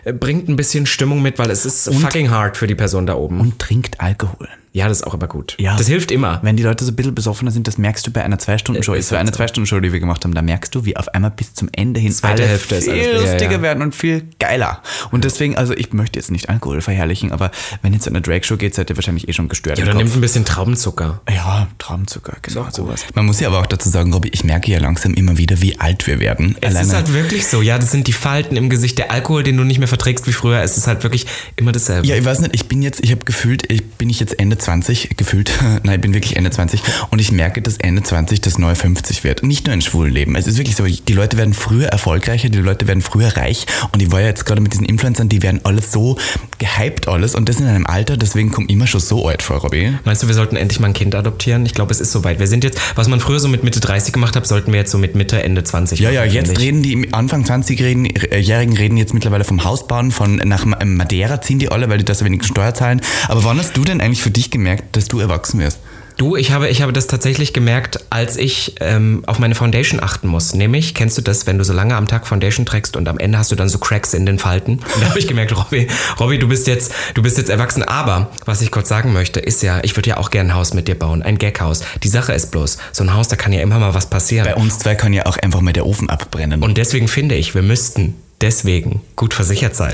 S1: äh, bringt ein bisschen Stimmung mit, weil es ist fucking hard für die Person da oben.
S2: Und trinkt Alkohol.
S1: Ja, das ist auch immer gut.
S2: Ja.
S1: Das hilft immer.
S2: Wenn die Leute so ein bisschen besoffener sind, das merkst du bei einer Zwei-Stunden-Show. Ist so eine Zwei-Stunden-Show, die wir gemacht haben, da merkst du, wie auf einmal bis zum Ende hin
S1: Zweite Hälfte ist
S2: viel
S1: alles- ja, ja.
S2: lustiger werden und viel geiler. Und deswegen, also ich möchte jetzt nicht Alkohol verherrlichen, aber wenn ihr zu einer Drag-Show geht, seid ihr wahrscheinlich eh schon gestört.
S1: Ja,
S2: im
S1: oder
S2: Kopf.
S1: nimmt ein bisschen Traubenzucker.
S2: ja Traubenzucker, genau sowas. Man muss ja aber auch dazu sagen, Robby, ich merke ja langsam immer wieder, wie alt wir werden.
S1: Es ist halt wirklich so. Ja, das sind die Falten im Gesicht, der Alkohol, den du nicht mehr verträgst wie früher. Es ist halt wirklich immer dasselbe.
S2: Ja, ich weiß nicht, ich bin jetzt, ich habe gefühlt, ich bin ich jetzt Ende 20, gefühlt, <laughs> nein, ich bin wirklich Ende 20 und ich merke, dass Ende 20 das neue 50 wird. Nicht nur in schwulen Leben. Es ist wirklich so, die Leute werden früher erfolgreicher, die Leute werden früher reich und ich war ja jetzt gerade mit diesen Influencern, die werden alles so gehypt alles und das in einem Alter, deswegen kommt immer schon so alt vor, Robby.
S1: Meinst du, wir sollten endlich mal ein Kind adoptieren? Ich glaube, es ist soweit. Wir sind jetzt, was man früher so mit Mitte 30 gemacht hat, sollten wir jetzt so mit Mitte, Ende 20
S2: Ja, ja,
S1: machen,
S2: jetzt
S1: finde ich.
S2: reden die im Anfang 20-Jährigen reden jetzt mittlerweile vom Hausbauen, von nach Ma- Madeira ziehen die alle, weil die das so wenig Steuer zahlen. Aber wann hast du denn eigentlich für dich gemerkt, dass du erwachsen wirst?
S1: Du, ich habe, ich habe das tatsächlich gemerkt, als ich ähm, auf meine Foundation achten muss. Nämlich, kennst du das, wenn du so lange am Tag Foundation trägst und am Ende hast du dann so Cracks in den Falten? Und da habe ich gemerkt, Robby, Robby, du bist jetzt, du bist jetzt erwachsen. Aber was ich kurz sagen möchte, ist ja, ich würde ja auch gerne ein Haus mit dir bauen, ein Gaghaus. Die Sache ist bloß, so ein Haus, da kann ja immer mal was passieren.
S2: Bei uns zwei kann ja auch einfach mal der Ofen abbrennen.
S1: Und deswegen finde ich, wir müssten deswegen gut versichert sein.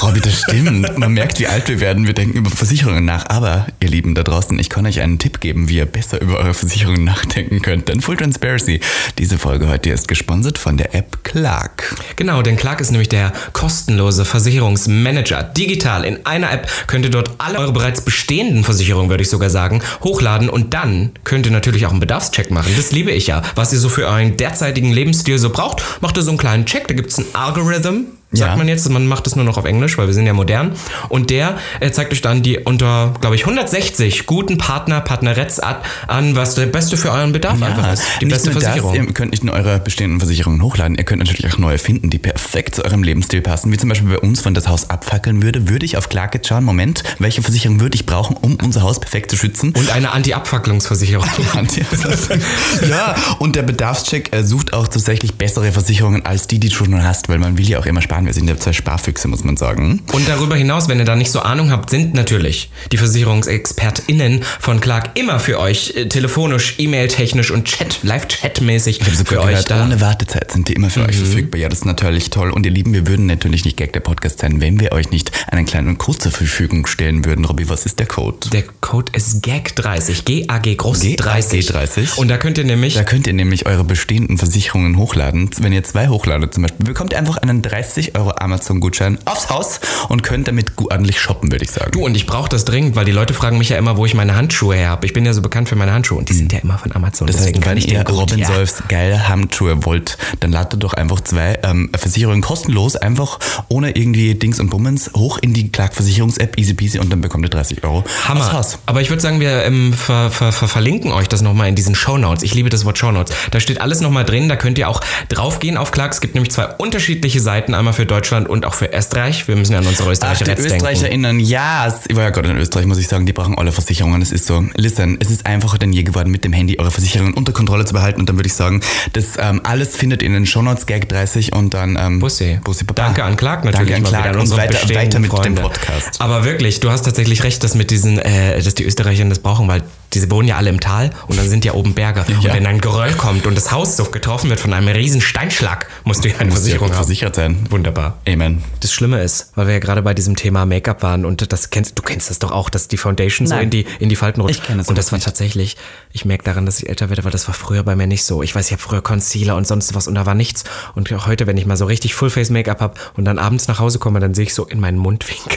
S2: Robby, das stimmt. Man merkt, wie alt wir werden. Wir denken über Versicherungen nach. Aber, ihr Lieben da draußen, ich kann euch einen Tipp geben, wie ihr besser über eure Versicherungen nachdenken könnt. Denn Full Transparency. Diese Folge heute ist gesponsert von der App Clark.
S1: Genau, denn Clark ist nämlich der kostenlose Versicherungsmanager. Digital in einer App könnt ihr dort alle eure bereits bestehenden Versicherungen, würde ich sogar sagen, hochladen und dann könnt ihr natürlich auch einen Bedarfscheck machen. Das liebe ich ja. Was ihr so für euren derzeitigen Lebensstil so braucht, macht ihr so einen kleinen Check. Da gibt es einen Algorithm. Sagt
S2: Ja.
S1: man jetzt, man macht es nur noch auf Englisch, weil wir sind ja modern. Und der äh, zeigt euch dann die unter, glaube ich, 160 guten Partner, Partneretts an, an, was der beste für euren Bedarf einfach ist. Die
S2: nicht
S1: beste
S2: nur
S1: Versicherung.
S2: Das, ihr könnt nicht nur eure bestehenden Versicherungen hochladen, ihr könnt natürlich auch neue finden, die perfekt zu eurem Lebensstil passen. Wie zum Beispiel bei uns, wenn das Haus abfackeln würde, würde ich auf Clark jetzt schauen, Moment, welche Versicherung würde ich brauchen, um unser Haus perfekt zu schützen?
S1: Und eine Anti-Abfacklungsversicherung.
S2: ja, und der Bedarfscheck äh, sucht auch tatsächlich bessere Versicherungen als die, die du schon hast, weil man will ja auch immer sparen. sagen. Wir sind ja zwei Sparfüchse, muss man sagen.
S1: Und darüber hinaus, wenn ihr da nicht so Ahnung habt, sind natürlich die VersicherungsexpertInnen von Clark immer für euch äh, telefonisch, E-Mail-technisch und Chat, Live-Chat-mäßig für euch da. Mhm.
S2: Ohne Wartezeit sind die immer für euch verfügbar. Ja, das ist natürlich toll. Und ihr Lieben, wir würden natürlich nicht Gag der Podcast sein, wenn wir euch nicht einen kleinen Code zur Verfügung stellen würden. Robby, was ist der Code?
S1: Der Code ist GAG30, G-A-G groß
S2: GAG
S1: 30.
S2: 30.
S1: Und da könnt ihr nämlich
S2: Da könnt ihr nämlich eure bestehenden Versicherungen hochladen. Wenn ihr zwei hochladet zum Beispiel, bekommt ihr einfach einen 30 Euro Amazon-Gutschein aufs Haus und könnt damit gu- ordentlich shoppen, würde ich sagen.
S1: Du, und ich brauche das dringend, weil die Leute fragen mich ja immer, wo ich meine Handschuhe her habe. Ich bin ja so bekannt für meine Handschuhe und die sind ja immer von Amazon.
S2: Hm. Das heißt, wenn ihr
S1: Code-
S2: Robin
S1: ja.
S2: Solfs geile Handschuhe wollt, dann ladet doch einfach zwei ähm, Versicherungen kostenlos, einfach ohne irgendwie Dings und Bummens, hoch in die Clark-Versicherungs-App, easy peasy und dann bekommt ihr 30 Euro. aufs
S1: Hammer.
S2: Haus.
S1: Aber ich würde sagen, wir ähm, ver, ver, ver, verlinken euch das nochmal in diesen Shownotes. Ich liebe das Wort Shownotes. Da steht alles nochmal drin. Da könnt ihr auch draufgehen auf Clark. Es gibt nämlich zwei unterschiedliche Seiten. Einmal für Deutschland und auch für Österreich. Wir müssen ja an unsere
S2: Ach,
S1: Österreicher
S2: die
S1: jetzt denken.
S2: ÖsterreicherInnen, ja, es- ich war ja gerade in Österreich, muss ich sagen, die brauchen alle Versicherungen. Es ist so, listen, es ist einfacher denn je geworden, mit dem Handy eure Versicherungen unter Kontrolle zu behalten. Und dann würde ich sagen, das ähm, alles findet ihr in den Shownotes, Gag 30 und dann ähm,
S1: Bussi.
S2: Bussi Baba.
S1: Danke an Clark natürlich.
S2: Danke an
S1: mal wieder
S2: Clark und
S1: unsere
S2: weiter,
S1: bestehenden
S2: weiter mit dem
S1: Freunde.
S2: Podcast.
S1: Aber wirklich, du hast tatsächlich recht, dass mit diesen, äh, dass die Österreicher das brauchen, weil diese wohnen ja alle im Tal und dann sind ja oben Berge. Und
S2: Ja.
S1: wenn ein Geröll kommt und das Haus so getroffen wird von einem riesen Steinschlag, musst du ja eine
S2: Muss ja
S1: Versicherung
S2: gut
S1: haben.
S2: versichert sein.
S1: Wunderbar.
S2: Amen.
S1: Das Schlimme ist, weil wir ja gerade bei diesem Thema Make-up waren und das kennst du kennst das doch auch, dass die Foundation so
S2: Nein.
S1: in die in die Falten rutscht.
S2: Ich kenne das
S1: und das war
S2: nicht.
S1: tatsächlich, ich merke daran, dass ich älter werde, weil das war früher bei mir nicht so. Ich weiß, ich habe früher Concealer und sonst was und da war nichts und auch heute, wenn ich mal so richtig Fullface Make-up habe und dann abends nach Hause komme, dann sehe ich so in meinen Mundwinkeln.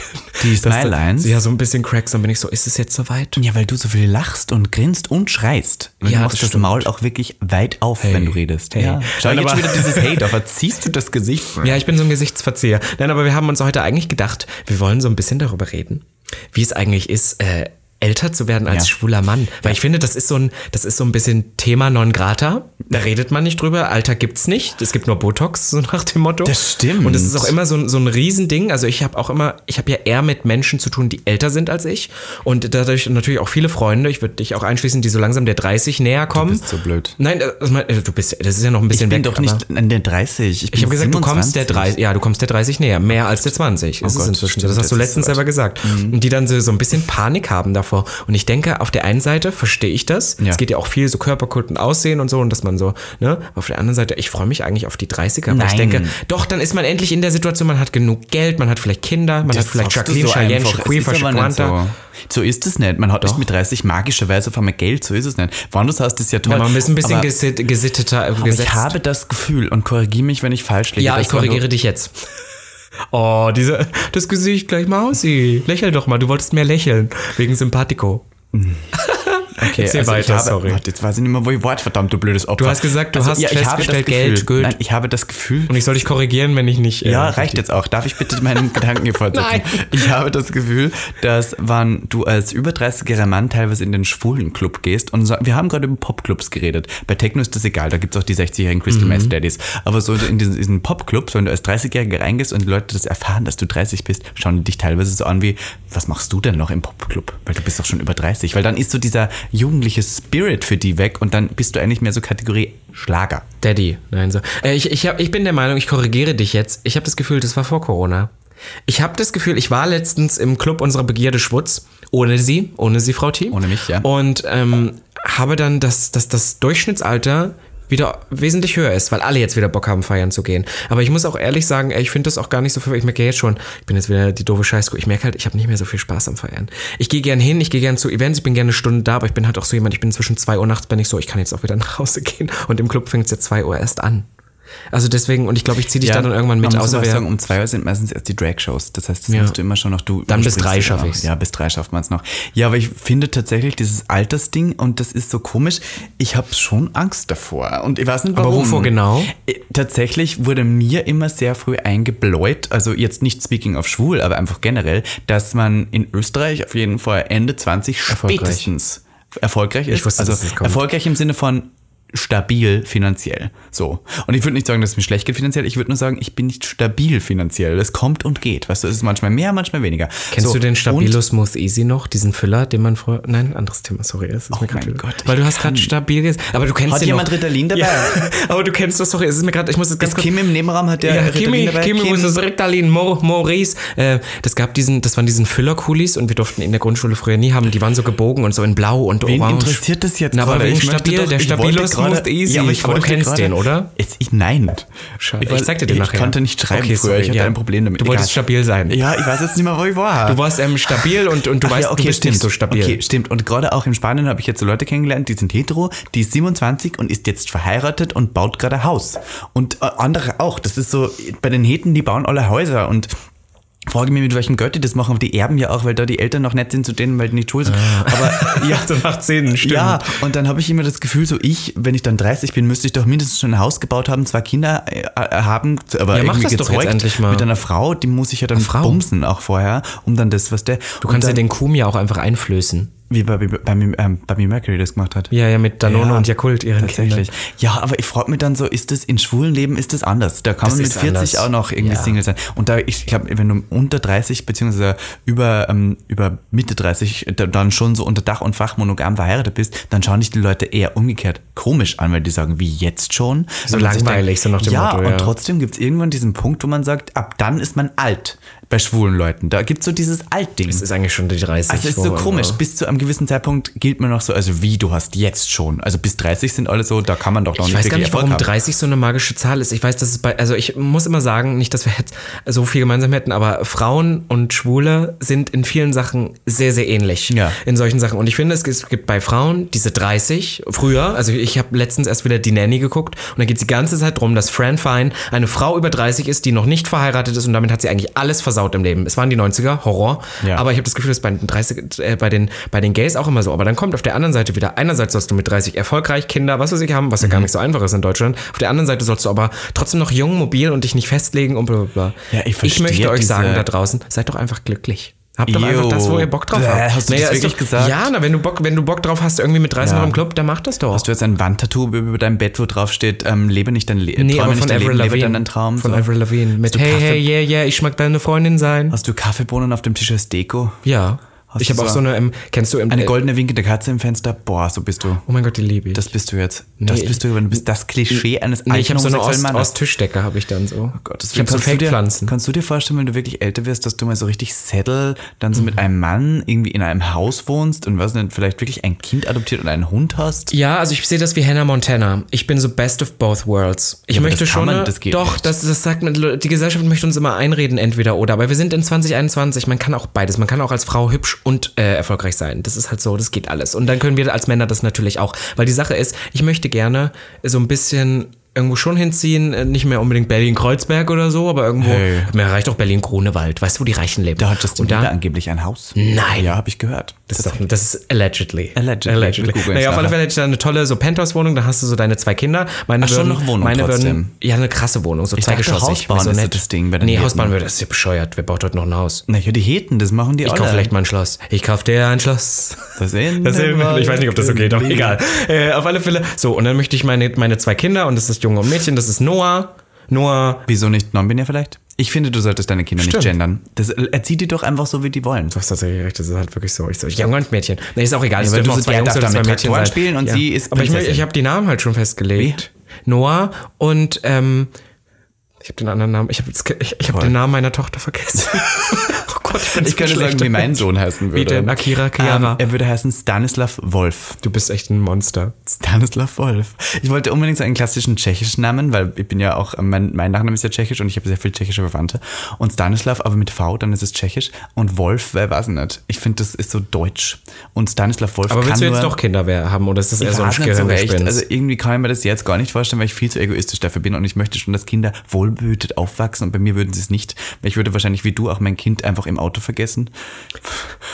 S1: <laughs>
S2: Die
S1: dass da-
S2: Skylines?
S1: Ja, so ein bisschen Cracks, dann bin ich so, ist es jetzt soweit?
S2: Ja, weil du so viel lachst und grinst und schreist. Und
S1: Ja,
S2: du machst
S1: das
S2: das,
S1: stimmt.
S2: Maul auch wirklich weit auf, wenn du redest.
S1: Hey.
S2: Ja. Schau
S1: Nein, aber-
S2: jetzt schon wieder dieses Hey, da verziehst du das Gesicht.
S1: Ja, ich bin so ein Gesichtsverzieher. Nein, aber wir haben uns heute eigentlich gedacht, wir wollen so ein bisschen darüber reden, wie es eigentlich ist, äh, älter zu werden als
S2: Ja.
S1: schwuler Mann. Weil ich finde, das ist so ein, das ist so ein bisschen Thema non grata. Da redet man nicht drüber. Alter gibt's nicht. Es gibt nur Botox, so nach dem Motto.
S2: Das stimmt.
S1: Und es ist auch immer so ein, so ein Riesending. Also ich habe auch immer, ich habe ja eher mit Menschen zu tun, die älter sind als ich. Und dadurch natürlich auch viele Freunde, ich würde dich auch einschließen, die so langsam der 30 näher kommen.
S2: bist so blöd.
S1: Nein, äh, das mein- äh, du bist, das ist ja noch ein bisschen
S2: Ich bin
S1: weg.
S2: doch
S1: aber-
S2: nicht an der 30. bin
S1: ich habe gesagt, du kommst der
S2: 27.
S1: 30, ja, du kommst der 30 näher, mehr als der 20. Das ist
S2: Oh Gott,
S1: inzwischen, so.
S2: stimmt,
S1: das hast du
S2: jetzt
S1: letztens
S2: ist Mhm. es
S1: selber gesagt. Und die dann so, so ein bisschen Panik haben davor. Und ich denke, auf der einen Seite verstehe ich das.
S2: Ja.
S1: Es geht ja auch viel so Körperkult und Aussehen und so und dass man so, ne? Auf der anderen Seite, ich freue mich eigentlich auf die 30er, weil ich
S2: Nein.
S1: denke, doch, dann ist man endlich in der Situation, man hat genug Geld, man hat vielleicht Kinder, man
S2: Das
S1: hat vielleicht
S2: sagst du
S1: Jacqueline,
S2: so
S1: Cheyenne,
S2: einfach.
S1: Shaquille,
S2: Es ist aber nicht
S1: Shaquanta.
S2: so. so ist es nicht. Man hat nicht mit 30 magischerweise auf einmal Geld, so ist es nicht. Woanders hast du es ja toll.
S1: Ja, man ist ein bisschen
S2: aber,
S1: gesit gesitteter, äh,
S2: aber
S1: gesetzt.
S2: ich habe das Gefühl und korrigiere mich, wenn ich falsch liege.
S1: ja,
S2: dass
S1: ich korrigiere dich jetzt. <laughs> Oh, diese, das Gesicht gleich mal aussieht. Lächel doch mal, du wolltest mehr lächeln. Wegen Sympathico.
S2: Okay, also
S1: Erzähl
S2: ich
S1: weiter,
S2: habe,
S1: sorry.
S2: Warte, jetzt weiß ich nicht mehr, wo ich Wort, verdammt, du blödes Opfer. Also,
S1: Du hast gesagt, du hast
S2: ich habe das
S1: festgestellt,
S2: Gefühl-
S1: Geld gilt.
S2: Nein, ich habe das Gefühl,
S1: Und ich soll dich korrigieren, wenn ich nicht. äh,
S2: Ja,
S1: richtig-
S2: reicht jetzt auch. Darf ich bitte
S1: <laughs>
S2: meinen Gedanken hier fortsetzen?
S1: Nein.
S2: Ich habe das Gefühl, dass wann du als über 30-jähriger Mann teilweise in den schwulen Club gehst und so, wir haben gerade über Popclubs geredet. Bei Techno ist das egal, da gibt's auch die 60-jährigen Crystal
S1: Mhm.
S2: Meth Daddies. Aber so in diesen, diesen Popclubs, wenn du als 30-Jähriger reingehst und die Leute das erfahren, dass du 30 bist, schauen die dich teilweise so an wie, was machst du denn noch im Popclub? Weil du bist doch schon über 30. Weil dann ist so dieser jugendliche Spirit für die weg und dann bist du eigentlich mehr so Kategorie Schlager.
S1: Daddy. Nein, so. Äh, ich, ich, hab, ich bin der Meinung, ich korrigiere dich jetzt. Ich habe das Gefühl, das war vor Corona. Ich habe das Gefühl, ich war letztens im Club unserer Begierde Schwutz. Ohne sie, ohne sie, Frau T.
S2: Ohne mich, ja.
S1: Und ähm, habe dann das, das, das Durchschnittsalter wieder wesentlich höher ist, weil alle jetzt wieder Bock haben, feiern zu gehen. Aber ich muss auch ehrlich sagen, ey, ich finde das auch gar nicht so viel. Ich merke ja jetzt schon, ich bin jetzt wieder die doofe Scheißkuh. Ich merke halt, ich habe nicht mehr so viel Spaß am Feiern. Ich gehe gern hin, ich gehe gern zu Events, ich bin gerne eine Stunde da, aber ich bin halt auch so jemand, ich bin zwischen zwei Uhr nachts, bin ich so, ich kann jetzt auch wieder <laughs> nach Hause gehen und im Club fängt es ja zwei Uhr erst an. Also deswegen, und ich glaube, ich ziehe dich da dann irgendwann mit,
S2: man muss
S1: außer
S2: aber
S1: wir,
S2: sagen, um zwei Uhr sind meistens erst die Drag-Shows. Das heißt, das
S1: Ja.
S2: musst du immer schon noch du.
S1: Dann bis
S2: überspringst
S1: drei
S2: du
S1: schaff
S2: noch.
S1: ich's.
S2: Ja, bis drei schafft man es noch. Ja, aber ich finde tatsächlich dieses Altersding und das ist so komisch. Ich habe schon Angst davor und ich weiß nicht warum.
S1: wovor genau?
S2: Äh, Tatsächlich wurde mir immer sehr früh eingebläut, also jetzt nicht speaking of schwul, aber einfach generell, dass man in Österreich auf jeden Fall Ende 20
S1: Erfolgreich.
S2: spätestens erfolgreich ist.
S1: Ich wusste,
S2: also
S1: dass es kommt.
S2: erfolgreich im Sinne von stabil finanziell. So. Und ich würde nicht sagen, dass es mir schlecht geht finanziell. Ich würde nur sagen, ich bin nicht stabil finanziell. Das kommt und geht. Weißt du, es ist manchmal mehr, manchmal weniger.
S1: Kennst
S2: so,
S1: du den Stabilo
S2: und-
S1: Smooth Easy noch? Diesen Füller, den man früher. Nein, anderes Thema, sorry. Es ist oh mir grad
S2: mein
S1: wieder-
S2: Gott,
S1: Weil du
S2: ich
S1: hast gerade
S2: kann-
S1: stabil gesagt. Aber du kennst
S2: Hat
S1: den
S2: jemand
S1: noch.
S2: Ritalin dabei?
S1: Ja, <laughs> aber du kennst das doch. Es ist mir gerade. Ich muss jetzt ganz
S2: Ist
S1: kurz.
S2: Kim im Nebenraum hat der
S1: Ja,
S2: Ritalin
S1: Kimi,
S2: dabei?
S1: Kimi, wo ist das Ritalin? Mo, Maurice. Äh, das gab diesen, das waren diesen Füller-Coolies und wir durften in der Grundschule früher nie haben. Die waren so gebogen und so in blau und
S2: Wen
S1: orange.
S2: interessiert das jetzt
S1: Na, aber
S2: gerade?
S1: wegen
S2: möchte
S1: stabil, der
S2: ich wollte
S1: Stabilos
S2: gerade-
S1: Most Easy.
S2: Ja, aber, ich
S1: Aber du
S2: wollte
S1: kennst
S2: gerade-
S1: den, oder?
S2: Jetzt, ich, nein.
S1: Schade. Ich zeig dir den
S2: ich
S1: nachher.
S2: Ich konnte nicht schreiben
S1: Okay,
S2: früher.
S1: sorry,
S2: ich hatte
S1: ja.
S2: ein Problem damit.
S1: Du wolltest stabil sein.
S2: Ja, ich weiß jetzt nicht mehr, wo ich war.
S1: Du warst ähm, stabil und, und du
S2: Ah. Ach
S1: weißt,
S2: ja,
S1: du bist nicht so stabil. <laughs>
S2: Okay, stimmt. Und gerade auch in Spanien habe ich jetzt so Leute kennengelernt, die sind hetero, die ist 27 und ist jetzt verheiratet und baut gerade ein Haus. Und äh, andere auch. Das ist so, bei den Heten, die bauen alle Häuser und frage mich, mit welchem Geld die das machen. Aber die erben ja auch, weil da die Eltern noch nett sind zu denen, weil die nicht schuld sind.
S1: <laughs>
S2: Aber ja,
S1: Ah. so nach 10, stimmt.
S2: ja, und dann habe ich immer das Gefühl, so ich, wenn ich dann 30 bin, müsste ich doch mindestens schon ein Haus gebaut haben, zwei Kinder äh, äh, haben, aber
S1: Ja, mach
S2: irgendwie
S1: das doch jetzt
S2: gezeugt
S1: endlich mal.
S2: mit einer Frau, die muss ich ja dann
S1: Frau?
S2: bumsen auch vorher, um dann das, was der...
S1: Du kannst ja den Kumi auch einfach einflößen.
S2: Wie Bobby, Bobby, ähm, Bobby Mercury das gemacht hat.
S1: Ja, ja, mit Danone
S2: Ja,
S1: und Jakult ihren
S2: Tatsächlich.
S1: Kindern.
S2: Ja, aber ich frage mich dann so, ist das in schwulen Leben, ist das anders? Da
S1: Das
S2: kann man mit
S1: ist
S2: 40
S1: anders.
S2: auch noch irgendwie
S1: Ja.
S2: Single sein. Und da, ich glaube, wenn du unter 30 beziehungsweise über, ähm, über Mitte 30 da- dann schon so unter Dach und Fach monogam verheiratet bist, dann schauen dich die Leute eher umgekehrt komisch an, weil die sagen, wie jetzt schon?
S1: So
S2: Weil man sich
S1: langweilig,
S2: denkt,
S1: so nach dem
S2: ja,
S1: Motto, ja.
S2: und trotzdem gibt es irgendwann diesen Punkt, wo man sagt, ab dann ist man alt bei schwulen Leuten. Da gibt es so dieses Altding.
S1: Das ist eigentlich schon die 30.
S2: Also es ist so
S1: wo-
S2: komisch. Bis zu einem gewissen Zeitpunkt gilt man noch so, also wie, du hast jetzt schon. Also bis 30 sind alle so, da kann man doch noch
S1: Ich
S2: nicht
S1: weiß gar nicht,
S2: wirklich Erfolg
S1: warum
S2: haben.
S1: 30 so eine magische Zahl ist. Ich weiß, dass es bei, also ich muss immer sagen, nicht, dass wir jetzt so viel gemeinsam hätten, aber Frauen und Schwule sind in vielen Sachen sehr, sehr ähnlich.
S2: Ja.
S1: In solchen Sachen. Und ich finde, es gibt- es gibt bei Frauen diese 30, früher, also ich habe letztens erst wieder die Nanny geguckt und da geht es die ganze Zeit drum, dass Fran Fine eine Frau über 30 ist, die noch nicht verheiratet ist und damit hat sie eigentlich alles versaut im Leben. Es waren die 90er, Horror.
S2: Ja.
S1: Aber ich habe das Gefühl, das ist bei den, 30, äh, bei, den, bei den Gays auch immer so. Aber dann kommt auf der anderen Seite wieder, einerseits sollst du mit 30 erfolgreich Kinder, was weiß ich, haben, was
S2: Mhm.
S1: ja gar nicht so einfach ist in Deutschland. Auf der anderen Seite sollst du aber trotzdem noch jung, mobil und dich nicht festlegen und bla bla bla.
S2: Ja, ich verstehe
S1: möchte euch
S2: diese-
S1: sagen da draußen, seid doch einfach glücklich. Habt doch
S2: Yo.
S1: einfach das, wo ihr Bock drauf
S2: Bäh,
S1: habt.
S2: hast du das
S1: ist
S2: wirklich
S1: doch,
S2: gesagt?
S1: Ja, na, wenn du Bock, wenn du Bock drauf hast, irgendwie mit 30
S2: Ja.
S1: noch im Club, dann mach das doch.
S2: Hast du jetzt ein Wandtattoo über deinem Bett, wo drauf steht, ähm, lebe nicht dein Leben,
S1: nee, aber
S2: nicht
S1: von
S2: dein
S1: Avril
S2: Leben, lebe
S1: Lavigne.
S2: deinen Traum.
S1: Von
S2: so.
S1: Avril Lavigne mit
S2: du
S1: Hey,
S2: Kaffee-
S1: hey, yeah, yeah, ich mag deine Freundin sein.
S2: Hast du Kaffeebohnen auf dem Tisch als Deko?
S1: ja.
S2: Hast
S1: Ich
S2: du
S1: habe auch
S2: so
S1: so eine, ähm, kennst du im,
S2: Eine goldene winkende Katze im Fenster? Boah, so bist du.
S1: Oh mein Gott, die liebe ich.
S2: Das bist du jetzt. das
S1: Nee,
S2: bist du, du bist das Klischee eines
S1: Nee, ich habe so eine
S2: homosexuellen
S1: Ost,
S2: Mannes.
S1: Ost-Tischdecke habe ich dann so.
S2: Gottes
S1: ich habe so
S2: Willen. Kannst du dir-
S1: Fake-Pflanzen.
S2: Kannst du dir vorstellen, wenn du wirklich älter wirst, dass du mal so richtig settle, dann so
S1: Mhm.
S2: mit einem Mann irgendwie in einem Haus wohnst und was denn, vielleicht wirklich ein Kind adoptiert und einen Hund hast?
S1: Ja, also ich sehe das wie Hannah Montana. Ich bin so best of both worlds. Ich
S2: aber
S1: möchte
S2: das kann
S1: schon.
S2: man,
S1: eine-
S2: das geht
S1: doch,
S2: nicht.
S1: das, das sagt man, die Gesellschaft möchte uns immer einreden, entweder oder. Aber wir sind in 2021. Man kann auch beides. Man kann auch als Frau hübsch und äh, erfolgreich sein. Das ist halt so, das geht alles. Und dann können wir als Männer das natürlich auch. Weil die Sache ist, ich möchte gerne so ein bisschen. Irgendwo schon hinziehen, äh, nicht mehr unbedingt Berlin-Kreuzberg oder so, aber irgendwo.
S2: Hey.
S1: Mir reicht auch Berlin-Grunewald. Weißt du, wo die Reichen leben?
S2: Da hat Justin
S1: Und da-
S2: Bieber angeblich ein Haus.
S1: Nein.
S2: Ja, habe ich gehört.
S1: Das ist, doch, das ist allegedly.
S2: Allegedly. Wir googeln
S1: Naja,
S2: es
S1: auf alle
S2: nachher.
S1: Fälle hätte ich da eine tolle so Penthouse-Wohnung, da hast du so deine zwei Kinder. Meine
S2: Ach, schon noch Wohnung
S1: meine
S2: trotzdem.
S1: Würden, ja, eine krasse Wohnung, so
S2: Ich dachte,
S1: zweigeschossig.
S2: Hausbauen
S1: so
S2: ist das Ding bei den
S1: Nee,
S2: Hirten.
S1: Hausbauen würde, das ist ja bescheuert. Wer baut heute noch ein Haus?
S2: Naja, die Heten, das machen die
S1: Ich
S2: alle.
S1: kaufe vielleicht mal ein Schloss. Ich kaufe dir ein
S2: <laughs>
S1: Schloss.
S2: Das sehen
S1: Das sehen wir. Ich weiß nicht, ob das so geht, aber egal. Äh, auf alle Fälle. So, und dann möchte ich meine, meine zwei Kinder, und das ist Junge und Mädchen, das ist Noah. Noah,
S2: Wieso nicht non-binär vielleicht? Ich finde, du solltest deine Kinder
S1: Stimmt.
S2: nicht gendern. Das erzieht die doch einfach so, wie die wollen.
S1: du hast tatsächlich recht, das ist halt wirklich so. Ich so, Junge und Mädchen. Nee, ist auch egal. es
S2: weil
S1: dürfen
S2: du
S1: auch
S2: so-
S1: zwei
S2: der
S1: Jungs
S2: darf
S1: oder
S2: dann
S1: zwei
S2: mit
S1: Mädchen
S2: Traktoren
S1: sein.
S2: spielen und sie ist
S1: Aber ich,
S2: Prinzessin.
S1: ich habe die Namen halt schon festgelegt. Noah und ähm, ich habe den anderen Namen, ich habe ich, ich hab den Namen meiner Tochter <laughs> vergessen. oh Gott, ich bin
S2: Ich
S1: so
S2: könnte
S1: schlecht
S2: sagen, wie
S1: im
S2: mein
S1: Mensch.
S2: Sohn heißen würde.
S1: denn? Akira, Chiara?
S2: Ähm, er würde heißen Stanislav Wolf.
S1: Du bist echt ein Monster.
S2: Stanislav Wolf. Ich wollte unbedingt so einen klassischen tschechischen Namen, weil ich bin ja auch, mein, mein Nachname ist ja tschechisch und ich habe sehr viele tschechische Verwandte. Und Stanislav, aber mit V, dann ist es tschechisch. Und Wolf, wer weiß nicht. Ich finde, das ist so deutsch. Und Stanislav Wolf
S1: Aber
S2: kann
S1: willst du jetzt
S2: nur,
S1: doch Kinder wer- haben oder ist das eher
S2: ich
S1: so ein
S2: weiß nicht so recht.
S1: Gehirngespinst?
S2: Also irgendwie kann ich mir das jetzt gar nicht vorstellen, weil ich viel zu egoistisch dafür bin und ich möchte schon, dass Kinder wohlbehütet aufwachsen und bei mir würden sie es nicht. Ich würde wahrscheinlich wie du auch mein Kind einfach im Auto vergessen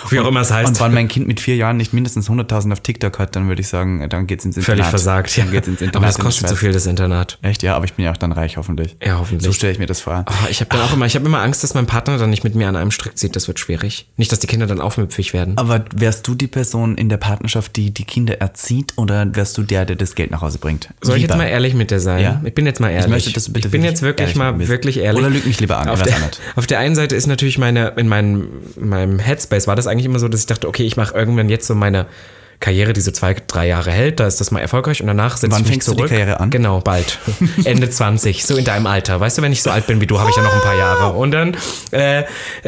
S1: Wie auch immer es heißt.
S2: Und wenn mein Kind mit vier Jahren nicht mindestens 100.000 auf TikTok hat, dann würde ich sagen, dann geht's ins Internat.
S1: Völlig versagt.
S2: Dann geht's ins Internat.
S1: Aber das
S2: in die
S1: kostet
S2: Schweiz.
S1: so viel, das Internat.
S2: Echt, ja, aber ich bin ja auch dann reich, hoffentlich.
S1: Ja, hoffentlich.
S2: So stelle ich mir das vor.
S1: Ah, ich habe dann auch immer, ich habe immer Angst, dass mein Partner dann nicht mit mir an einem Strick zieht. Das wird schwierig. Nicht, dass die Kinder dann aufmüpfig werden.
S2: Aber wärst du die Person in der Partnerschaft, die die Kinder erzieht, oder wärst du der, der das Geld nach Hause bringt?
S1: Soll ich jetzt
S2: Lieber.
S1: mal ehrlich mit dir sein?
S2: Ja.
S1: Ich bin jetzt mal ehrlich.
S2: möchte, dass du bitte
S1: ich bin
S2: wirklich
S1: jetzt wirklich
S2: ehrlich mit
S1: mal
S2: mir bist.
S1: wirklich ehrlich.
S2: Oder lüg mich lieber an,
S1: Auf
S2: was
S1: der,
S2: anderes.
S1: auf der einen Seite ist natürlich meine, in meinem, meinem Headspace war das eigentlich immer so, dass ich dachte, okay, ich mache irgendwann jetzt so meine Karriere, die so zwei, drei Jahre hält, da ist das mal erfolgreich und danach setze
S2: Wann
S1: ich mich
S2: fängst du die
S1: zurück.
S2: Karriere an?
S1: Genau,
S2: <laughs>
S1: bald. Ende 20, so in deinem Alter. Weißt du, wenn ich so alt bin wie du, habe ich ja noch ein paar Jahre. Und dann äh,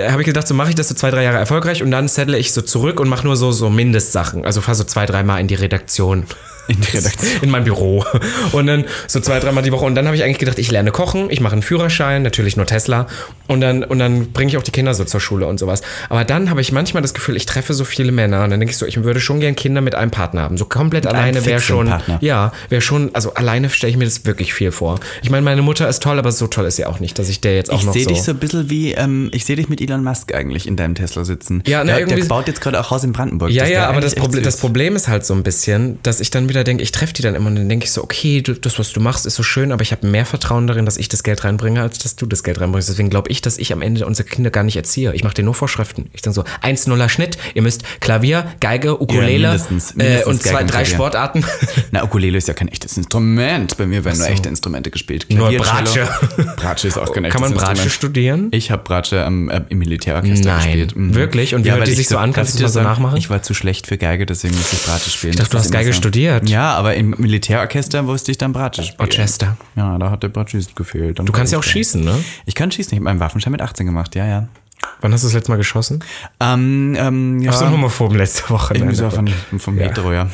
S1: habe ich gedacht, so mache ich das so zwei, drei Jahre erfolgreich und dann settle ich so zurück und mache nur so, so Mindestsachen. Also fahre so zwei, dreimal in die Redaktion.
S2: In die
S1: <laughs>
S2: Redaktion.
S1: In mein Büro. Und dann so zwei, dreimal die Woche. Und dann habe ich eigentlich gedacht, ich lerne kochen, ich mache einen Führerschein, natürlich nur Tesla. Und dann, und dann bringe ich auch die Kinder so zur Schule und sowas. Aber dann habe ich manchmal das Gefühl, ich treffe so viele Männer. Und dann denke ich so, ich würde schon gern Kinder mit einem Partner haben. So komplett
S2: einem
S1: alleine wäre
S2: fixen
S1: schon.
S2: Partner.
S1: Ja, wäre schon, also alleine stelle ich mir das wirklich viel vor. Ich meine, meine Mutter ist toll, aber so toll ist sie auch nicht, dass ich der jetzt auch
S2: Ich
S1: noch
S2: sehe
S1: so.
S2: dich so ein bisschen wie, ähm, ich sehe dich mit Elon Musk eigentlich in deinem Tesla sitzen.
S1: Ja, na,
S2: der, der
S1: irgendwie-
S2: baut jetzt gerade auch Haus in Brandenburg.
S1: Ja,
S2: wär
S1: ja, aber
S2: eigentlich
S1: das
S2: echt
S1: Problem,
S2: süß.
S1: das Problem ist halt so ein bisschen, dass ich dann wieder denke, ich treffe die dann immer und dann denke ich so, okay, du, das, was du machst, ist so schön, aber ich habe mehr Vertrauen darin, dass ich das Geld reinbringe, als dass du das Geld reinbringst. Deswegen glaube ich, dass ich am Ende unsere Kinder gar nicht erziehe. Ich mache dir nur Vorschriften. Ich dann so, 1-0er Schnitt, ihr müsst Klavier, Geige, Ukulele
S2: Ja, mindestens-
S1: äh,
S2: mindestens
S1: und zwei,
S2: Geige und
S1: drei
S2: Klavier.
S1: Sportarten.
S2: Na, Ukulele ist ja kein echtes Instrument. Bei mir werden nur echte Instrumente gespielt.
S1: Nur
S2: Cello.
S1: Bratsche.
S2: <laughs> Bratsche ist auch kein echtes
S1: Kann man Bratsche
S2: Instrument.
S1: studieren?
S2: Ich habe Bratsche am, äh, im Militärorchester
S1: Nein.
S2: gespielt. Mhm.
S1: Wirklich? Und wie hört
S2: weil
S1: die
S2: ich
S1: sich so an? Kannst du
S2: darf ich dir
S1: das so
S2: sagen,
S1: nachmachen?
S2: Ich war zu schlecht für Geige, deswegen musste ich Bratsche spielen.
S1: dachte, du
S2: Das
S1: hast
S2: ist immer
S1: Geige studiert.
S2: Ja, aber im Militärorchester musste ich dann Bratsche spielen.
S1: Orchester.
S2: Ja, da hat der Bratschist gefehlt.
S1: Du kannst ja auch schießen, ne?
S2: Ich kann schießen. Ich habe meinen Waffenschein mit 18 gemacht, ja, ja.
S1: Wann hast du das letzte Mal geschossen?
S2: Ähm, ähm, ja.
S1: Auf so einen Homophoben letzte Woche. oh
S2: Irgendwie so von, <laughs> Oh vom
S1: Ja.
S2: Hetero, ja.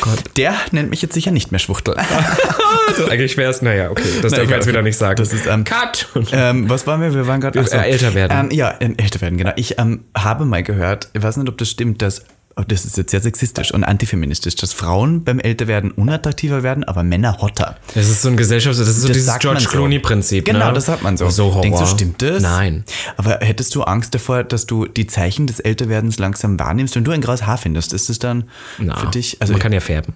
S1: Gott.
S2: Der nennt mich jetzt sicher nicht
S1: <laughs>
S2: mehr Schwuchtel.
S1: Also eigentlich wäre es, naja, okay, das darf ich
S2: Na, egal,
S1: jetzt
S2: okay.
S1: wieder nicht sagen.
S2: Das ist, ähm,
S1: Cut!
S2: ähm, was waren wir? Wir waren gerade
S1: Wir-
S2: ach so.
S1: äh, älter werden.
S2: Ähm, ja, ähm, älter werden, genau. Ich ähm, habe mal gehört, ich weiß nicht, ob das stimmt, dass oh, das ist jetzt sehr sexistisch und antifeministisch, dass Frauen beim Älterwerden unattraktiver werden, aber Männer hotter.
S1: Das ist so ein Gesellschafts-, das ist so
S2: Das
S1: dieses
S2: sagt man
S1: George
S2: so.
S1: Clooney-Prinzip.
S2: Genau,
S1: ne?
S2: das hat man so.
S1: So Horror.
S2: Denkst du, stimmt das?
S1: Nein.
S2: Aber hättest du Angst davor, dass du die Zeichen des Älterwerdens langsam wahrnimmst, wenn du ein graues Haar findest? Ist das dann
S1: Na,
S2: für dich? Also,
S1: man kann ja färben.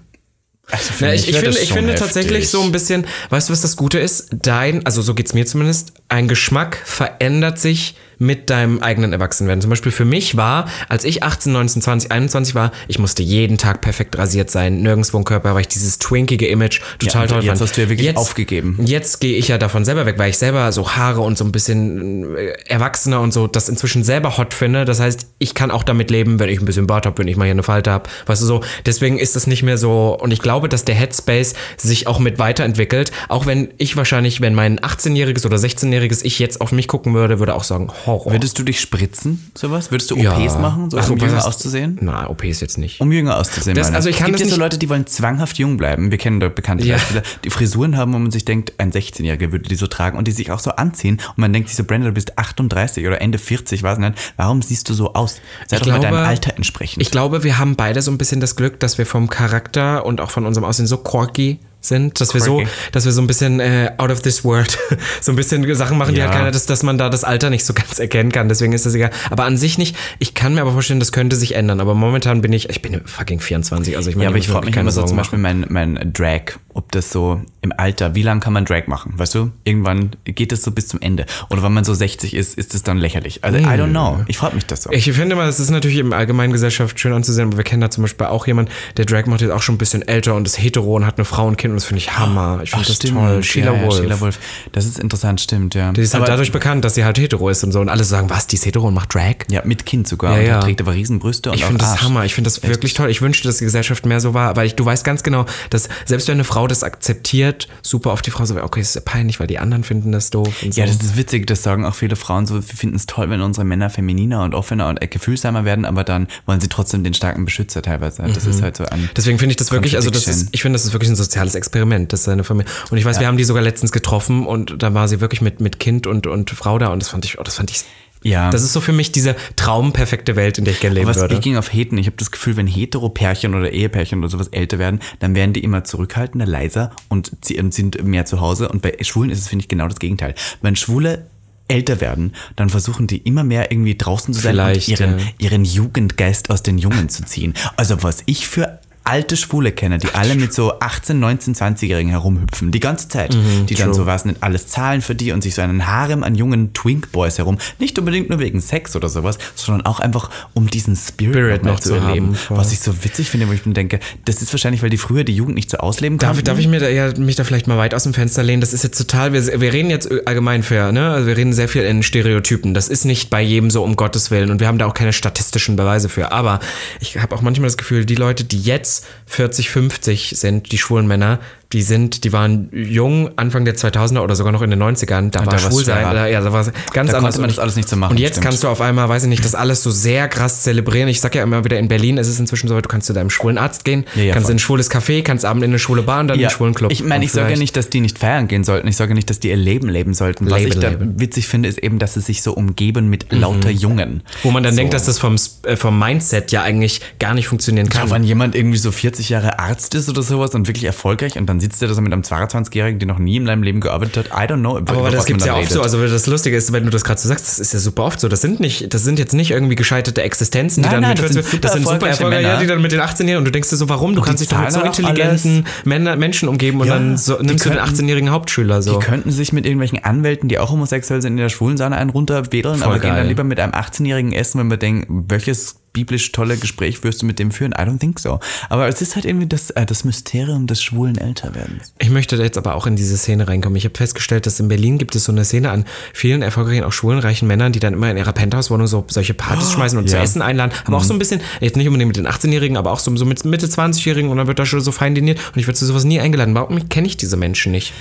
S2: also für
S1: Na,
S2: mich
S1: ich, ich
S2: wär das
S1: finde, ich
S2: schon
S1: finde tatsächlich
S2: heftig.
S1: so ein bisschen, weißt du, was das Gute ist? Dein, also so geht's mir zumindest, ein Geschmack verändert sich mit deinem eigenen Erwachsenwerden. Zum Beispiel für mich war, als ich 18, 19, 20, 21 war, ich musste jeden Tag perfekt rasiert sein, nirgendwo im Körper, weil ich dieses twinkige Image total
S2: und
S1: toll
S2: jetzt
S1: fand.
S2: hast du ja wirklich aufgegeben.
S1: Jetzt gehe ich ja davon selber weg, weil ich selber so Haare und so ein bisschen äh, erwachsener und so das inzwischen selber hot finde. Das heißt, ich kann auch damit leben, wenn ich ein bisschen Bart habe, wenn ich mal hier eine Falte habe. Weißt du so, deswegen ist das nicht mehr so. Und ich glaube, dass der Headspace sich auch mit weiterentwickelt. Auch wenn ich wahrscheinlich, wenn mein 18-jähriges oder 16-jähriges Ich jetzt auf mich gucken würde, würde auch sagen, Horror.
S2: Würdest du dich spritzen, sowas? Würdest du
S1: Ja.
S2: OPs machen, so
S1: Ach,
S2: um
S1: was
S2: jünger
S1: heißt-
S2: auszusehen?
S1: Na, OP ist jetzt nicht.
S2: Um jünger auszusehen,
S1: Das-
S2: meine
S1: also ich kann
S2: Es gibt
S1: das
S2: ja so
S1: nicht-
S2: Leute, die wollen zwanghaft jung bleiben. Wir kennen da bekannte
S1: Ja.
S2: Beispiele, die Frisuren haben, wo man sich denkt, ein 16-Jähriger würde die so tragen und die sich auch so anziehen. Und man denkt sich so, Brenda, du bist 38 oder Ende 40, weiß nicht. Warum siehst du so aus? Sei
S1: Ich
S2: doch mal deinem
S1: glaube-
S2: Alter entsprechend.
S1: Ich glaube, wir haben beide so ein bisschen das Glück, dass wir vom Charakter und auch von unserem Aussehen so quirky sind, dass wir so,
S2: Quirky.
S1: dass wir so ein bisschen äh, out of this world, <laughs> so ein bisschen Sachen machen, die
S2: Ja.
S1: halt keiner, dass, dass man da das Alter nicht so ganz erkennen kann. Deswegen ist das egal. Aber an sich nicht. Ich kann mir aber vorstellen, das könnte sich ändern. Aber momentan bin ich, ich bin fucking 24. Also ich meine,
S2: ja, aber
S1: muss
S2: ich
S1: wirklich
S2: frage mich
S1: keine
S2: immer so
S1: Sorgen
S2: zum Beispiel mein, mein Drag, ob das so im Alter, wie lange kann man Drag machen, weißt du? Irgendwann geht das so bis zum Ende. Oder wenn man so 60 ist, ist es dann lächerlich. Also, I don't know. Ich frage mich das so.
S1: Ich finde mal, es ist natürlich im allgemeinen Gesellschaft schön anzusehen, aber wir kennen da zum Beispiel auch jemanden, der Drag macht jetzt auch schon ein bisschen älter und ist hetero und hat eine Frau und ein Kind und das finde ich Hammer. Ich finde
S2: Ach,
S1: das
S2: stimmt.
S1: toll. Sheila
S2: ja,
S1: Wolf.
S2: Ja, Sheila Wolf. Das ist interessant, stimmt, ja.
S1: Die ist halt
S2: Aber-
S1: dadurch bekannt, dass sie halt hetero ist und so. Und alle sagen, was, die ist hetero und macht Drag?
S2: ja, mit Kind sogar.
S1: Ja,
S2: und
S1: ja.
S2: Er trägt aber Riesenbrüste und
S1: Ich
S2: auch
S1: finde das
S2: Arsch.
S1: Hammer. Ich finde das wirklich toll. Ich wünschte, dass die Gesellschaft mehr so war. Weil ich, du weißt ganz genau, dass selbst wenn eine Frau das akzeptiert, super oft die Frau so, okay, es ist ja peinlich, weil die anderen finden das doof. Und so.
S2: Ja, das ist witzig, das sagen auch viele Frauen so, wir finden es toll, wenn unsere Männer femininer und offener und äh, gefühlsamer werden, aber dann wollen sie trotzdem den starken Beschützer teilweise. Das ist halt so ein...
S1: Deswegen finde ich Mhm. das wirklich, also das
S2: Contradiction.
S1: ist, ich finde, das ist wirklich ein soziales Experiment, das seine Familie. Und ich weiß, wir haben die sogar letztens getroffen und da war sie wirklich mit, mit Kind und, und Frau da und das fand ich, oh, das fand ich.
S2: Ja.
S1: Das ist so für mich diese traumperfekte Welt, in der ich gerne leben
S2: Was
S1: würde.
S2: speaking of Heten, ich habe das Gefühl, wenn Hetero-Pärchen oder Ehepärchen oder sowas älter werden, dann werden die immer zurückhaltender, leiser und sie- ähm, sind mehr zu Hause. Und bei Schwulen ist es, finde ich, genau das Gegenteil. Wenn Schwule älter werden, dann versuchen die immer mehr irgendwie draußen zu sein
S1: Vielleicht,
S2: und ihren,
S1: ja.
S2: ihren Jugendgeist aus den Jungen zu ziehen. Also was ich für alte Schwule kenne, die alle mit so 18, 19, 20-Jährigen herumhüpfen, die ganze Zeit,
S1: Mhm,
S2: die dann so was nicht alles zahlen für die und sich so einen Harem an jungen Twink Boys herum, nicht unbedingt nur wegen Sex oder sowas, sondern auch einfach um diesen Spirit,
S1: Spirit
S2: noch,
S1: noch
S2: zu
S1: zu
S2: erleben,
S1: haben, voll.
S2: was ich so witzig finde, wo ich mir denke, das ist wahrscheinlich, weil die früher die Jugend nicht so ausleben
S1: Darf,
S2: konnten.
S1: ich- darf ich mir da, ja, mich da vielleicht mal weit aus dem Fenster lehnen? Das ist jetzt total, wir, wir reden jetzt allgemein fair, ne? Also wir reden sehr viel in Stereotypen. Das ist nicht bei jedem so, um Gottes Willen. Und wir haben da auch keine statistischen Beweise für. Aber ich habe auch manchmal das Gefühl, die Leute, die jetzt 40, 50 sind, die schwulen Männer, die sind, die waren jung, Anfang der 2000er oder sogar noch in den 90ern. Da war
S2: war's
S1: schwul sein,
S2: schwerer.
S1: da, ja, da war ganz
S2: Da
S1: anders.
S2: konnte man das alles nicht so machen,
S1: Und jetzt
S2: stimmt.
S1: kannst du auf einmal, weiß ich nicht, das alles so sehr krass zelebrieren. Ich sag ja immer wieder, in Berlin ist es inzwischen so weit, du kannst zu deinem schwulen Arzt gehen,
S2: Ja, ja,
S1: kannst
S2: voll.
S1: in ein schwules Café, kannst abend in eine schwule Bar und dann einen schwulen Club.
S2: Ich meine, ich sage ja nicht, dass die nicht feiern gehen sollten. Ich sage nicht, dass die ihr Leben leben sollten. Was
S1: Leben
S2: ich da
S1: leben.
S2: witzig finde, ist eben, dass sie sich so umgeben mit lauter
S1: Mhm.
S2: Jungen.
S1: Wo man dann
S2: so.
S1: denkt, dass das vom, Sp- äh, vom Mindset ja eigentlich gar nicht funktionieren kann.
S2: Ja, wenn jemand irgendwie so 40 Jahre Arzt ist oder sowas und wirklich erfolgreich und dann sitzt er da so mit einem 22-Jährigen, der noch nie in seinem Leben gearbeitet hat. I don't know.
S1: aber das gibt's ja oft so. Also das Lustige ist, wenn du das gerade so sagst, das ist ja super oft so. Das sind nicht, das sind jetzt nicht irgendwie gescheiterte Existenzen, die dann
S2: Nein, nein,
S1: mit
S2: das
S1: 40
S2: sind super
S1: das sind super
S2: erfolgreiche
S1: erfolgreiche
S2: Männer.
S1: die dann mit den 18 Jahren und du denkst dir so, warum? Du kannst dich doch mit so
S2: zahlen auch
S1: intelligenten Männer, Menschen umgeben und
S2: Ja,
S1: dann so,
S2: die
S1: nimmst du den
S2: könnten-
S1: 18-jährigen Hauptschüler so.
S2: Die könnten sich mit irgendwelchen Anwälten, die auch homosexuell sind, in der schwulen Sahne einen runterwedeln, aber gehen
S1: geil.
S2: dann lieber mit einem 18-Jährigen essen, wenn wir denken, welches biblisch tolle Gespräch wirst du mit dem führen? I don't think so. Aber es ist halt irgendwie das, äh, das Mysterium des schwulen Älterwerdens.
S1: Ich möchte da jetzt aber auch in diese Szene reinkommen. Ich habe festgestellt, dass in Berlin gibt es so eine Szene an vielen erfolgreichen, auch schwulen, reichen Männern, die dann immer in ihrer Penthouse-Wohnung so solche Partys schmeißen und zu
S2: Oh, ja. Mhm.
S1: Essen einladen. Aber auch so ein bisschen, jetzt nicht unbedingt mit den 18-Jährigen, aber auch so, so mit Mitte 20-Jährigen und dann wird da schon so fein diniert und ich werde zu sowas nie eingeladen. Warum kenne ich diese Menschen nicht?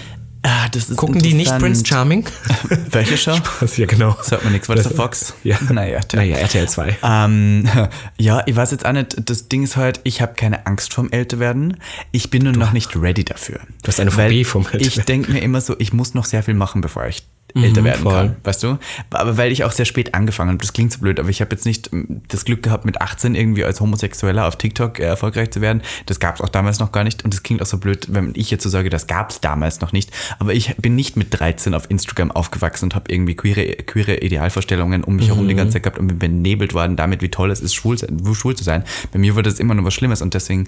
S2: Ah, das ist
S1: Gucken die nicht Prince
S2: interessant. <laughs>
S1: Charming? <laughs>
S2: Welche Show?
S1: Was ja genau.
S2: Das hört man nichts. War das der Fox?
S1: Ja.
S2: Naja, tja.
S1: Naja, RTL 2.
S2: Ähm, <laughs> ja, ich weiß jetzt auch nicht, das Ding ist halt, ich habe keine Angst vorm Älterwerden. Ich bin nur noch nicht ready dafür. Du
S1: hast eine Phobie vom
S2: Ich
S1: Älterwerden.
S2: denke mir immer so, ich muss noch sehr viel machen, bevor ich älter werden
S1: voll.
S2: kann, weißt du? Aber weil ich auch sehr spät angefangen habe, das klingt so blöd, aber ich habe jetzt nicht ähm, das Glück gehabt, mit 18 irgendwie als Homosexueller auf TikTok äh, erfolgreich zu werden. Das gab es auch damals noch gar nicht und das klingt auch so blöd, wenn ich jetzt so sage, das gab es damals noch nicht. Aber ich bin nicht mit 13 auf Instagram aufgewachsen und habe irgendwie queere, queere Idealvorstellungen um mich herum die ganze Zeit gehabt und bin benebelt worden damit, wie toll es ist, schwul, sein- schwul zu sein. Bei mir wurde das immer nur was Schlimmes und deswegen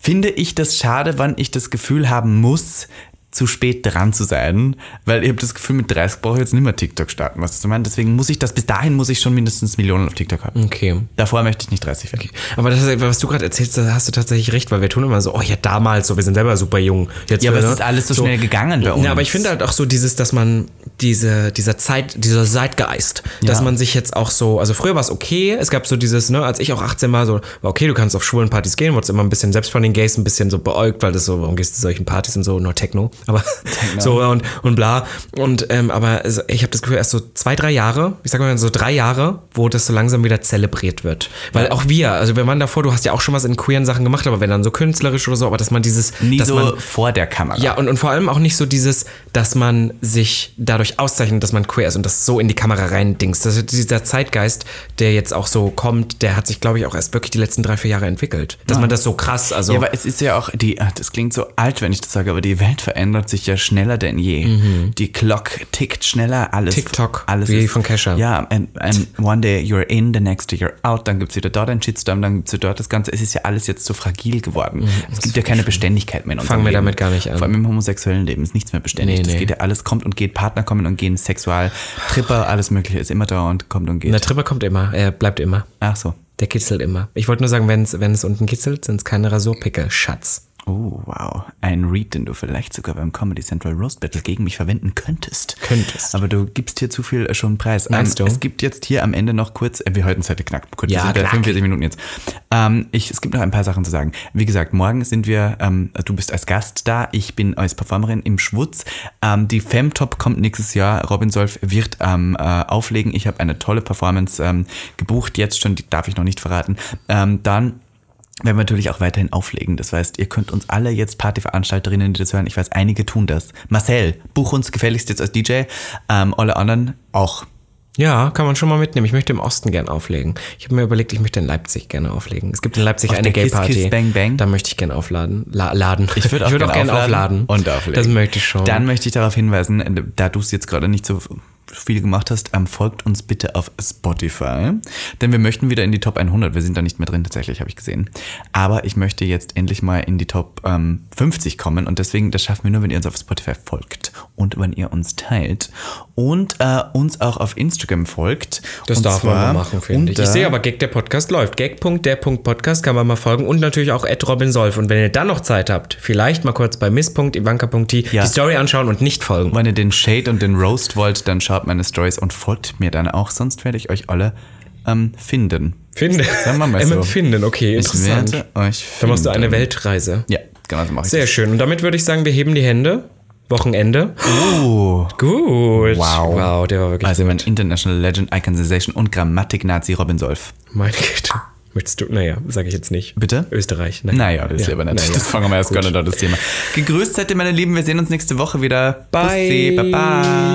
S2: finde ich das schade, wann ich das Gefühl haben muss, zu spät dran zu sein, weil ich habe das Gefühl, mit 30 brauche ich jetzt nicht mehr TikTok starten, was du meinst. Deswegen muss ich das, bis dahin muss ich schon mindestens Millionen auf TikTok haben.
S1: Okay.
S2: Davor möchte ich nicht 30 werden.
S1: Aber das, ist- was du gerade erzählst, da hast du tatsächlich recht, weil wir tun immer so, oh ja, damals, so, wir sind selber super jung. Jetzt,
S2: Ja, aber
S1: ne?
S2: es ist alles so, schnell gegangen bei uns.
S1: Ja, aber ich finde halt auch so dieses, dass man diese, dieser Zeit, dieser Zeitgeist, dass
S2: Ja.
S1: man sich jetzt auch so, also früher war es okay, es gab so dieses, ne, als ich auch 18 war, so, war okay, du kannst auf schwulen Partys gehen, wurdest immer ein bisschen selbst von den Gays ein bisschen so beäugt, weil das so, warum gehst du zu solchen Partys und so, nur Techno, aber <laughs> so und, und bla. Und, ähm, aber es- ich habe das Gefühl, erst so zwei, drei Jahre, ich sag mal so drei Jahre, wo das so langsam wieder zelebriert wird. Weil auch wir, also wir waren davor, du hast ja auch schon was in queeren Sachen gemacht, aber wenn dann so künstlerisch oder so, aber dass man dieses,
S2: Nie
S1: dass
S2: so
S1: man
S2: vor der Kamera.
S1: ja, und, und vor allem auch nicht so dieses, dass man sich dadurch auszeichnet, dass man queer ist und das so in die Kamera reindingst. Das, dieser Zeitgeist, der jetzt auch so kommt, der hat sich, glaube ich, auch erst wirklich die letzten drei, vier Jahre entwickelt. Dass man das so krass, also.
S2: Ja, aber es ist ja auch, die, ah, das klingt so alt, wenn ich das sage, aber die Welt verändert sich ja schneller denn je. Die Clock tickt schneller, alles.
S1: Mhm. TikTok,
S2: alles
S1: wie von Kesha.
S2: Ja, and, and one day you're in, the next day you're out, dann gibt's wieder dort einen Shitstorm, dann gibt's wieder dort das Ganze. Es ist ja alles jetzt so fragil geworden.
S1: Mhm,
S2: es gibt ja keine Beständigkeit mehr in unserem
S1: Fangen wir
S2: Leben.
S1: damit gar nicht an.
S2: Vor allem im homosexuellen Leben ist nichts mehr beständig.
S1: Nee,
S2: das
S1: nee.
S2: geht ja alles, kommt und geht, Partner kommen und gehen, Sexual, Tripper, alles mögliche ist immer da und kommt und geht.
S1: der Tripper kommt immer, er bleibt immer.
S2: Ach so.
S1: Der kitzelt immer. Ich wollte nur sagen, wenn's, wenn es unten kitzelt, sind es keine Rasurpickel. Schatz.
S2: Oh, wow. Ein Read, den du vielleicht sogar beim Comedy Central Roast Battle gegen mich verwenden könntest.
S1: Könntest.
S2: Aber du gibst hier zu viel äh, schon Preis.
S1: Meinst du?
S2: Es gibt jetzt hier am Ende noch kurz, äh, wir halten es heute knackt. Kurz,
S1: Ja,
S2: wir sind bei
S1: knackig.
S2: 45 Minuten jetzt. Ähm, ich, es gibt noch ein paar Sachen zu sagen. Wie gesagt, morgen sind wir, ähm, du bist als Gast da, ich bin als Performerin im Schwutz. Ähm, die Femtop kommt nächstes Jahr. Robin Solf wird ähm, äh, auflegen. Ich habe eine tolle Performance ähm, gebucht, jetzt schon, die darf ich noch nicht verraten. Ähm, dann werden wir natürlich auch weiterhin auflegen. Das heißt, ihr könnt uns alle jetzt Partyveranstalterinnen, die das hören, ich weiß, einige tun das. Marcel, buch uns gefälligst jetzt als DJ. Ähm, alle anderen auch.
S1: Ja, kann man schon mal mitnehmen. Ich möchte im Osten gern auflegen. Ich habe mir überlegt, ich möchte in Leipzig gerne auflegen. Es gibt in Leipzig
S2: Auf
S1: eine
S2: der
S1: Gay
S2: Kiss,
S1: Party.
S2: Kiss, Bang, Bang?
S1: Da möchte ich gern aufladen. La laden. <laughs>
S2: Ich würde auch,
S1: würd
S2: gerne
S1: gern
S2: aufladen,
S1: Und auflegen. Das möchte ich schon.
S2: äh, Dann möchte ich darauf hinweisen, da du es jetzt gerade nicht so viel gemacht hast, ähm, folgt uns bitte auf Spotify, denn wir möchten wieder in die Top 100. Wir sind da nicht mehr drin, tatsächlich, habe ich gesehen. Aber ich möchte jetzt endlich mal in die Top ähm, 50 kommen und deswegen, das schaffen wir nur, wenn ihr uns auf Spotify folgt und wenn ihr uns teilt und äh, uns auch auf Instagram folgt.
S1: Das
S2: und
S1: darf man
S2: zwar
S1: mal machen, finde ich.
S2: unter-
S1: Ich sehe aber, Gag der Podcast läuft. Gag.der.podcast kann man mal folgen und natürlich auch @robinsolf. Und wenn ihr dann noch Zeit habt, vielleicht mal kurz bei miss.ivanka.t
S2: Ja.
S1: die Story anschauen und nicht folgen.
S2: Wenn ihr den Shade und den Roast wollt, dann schaut meine Stories und folgt mir dann auch, sonst werde ich euch alle ähm, finden.
S1: Finden. <laughs>
S2: Sagen wir mal
S1: Ähm,
S2: so.
S1: Finden, okay,
S2: Ich
S1: interessant.
S2: werde euch finden.
S1: Da machst du eine Weltreise.
S2: Ja, genau so mache ich
S1: Sehr schön. Und damit würde ich sagen, wir heben die Hände. Wochenende.
S2: das. Oh.
S1: Gut.
S2: Wow.
S1: Wow, der war wirklich.
S2: Also mein International Legend, Icon Sensation und Grammatik-Nazi Robin Solf.
S1: Meine Güte. Möchtest du? Naja, sage ich jetzt nicht.
S2: Also- Bitte?
S1: Österreich.
S2: Naja, das ist
S1: Ja,
S2: lieber nicht.
S1: naja.
S2: Das fangen wir erst gar nicht an, das Thema. Gegrüßt seid ihr, meine Lieben. Wir sehen uns nächste Woche wieder.
S1: Bye.
S2: Bussi, baba.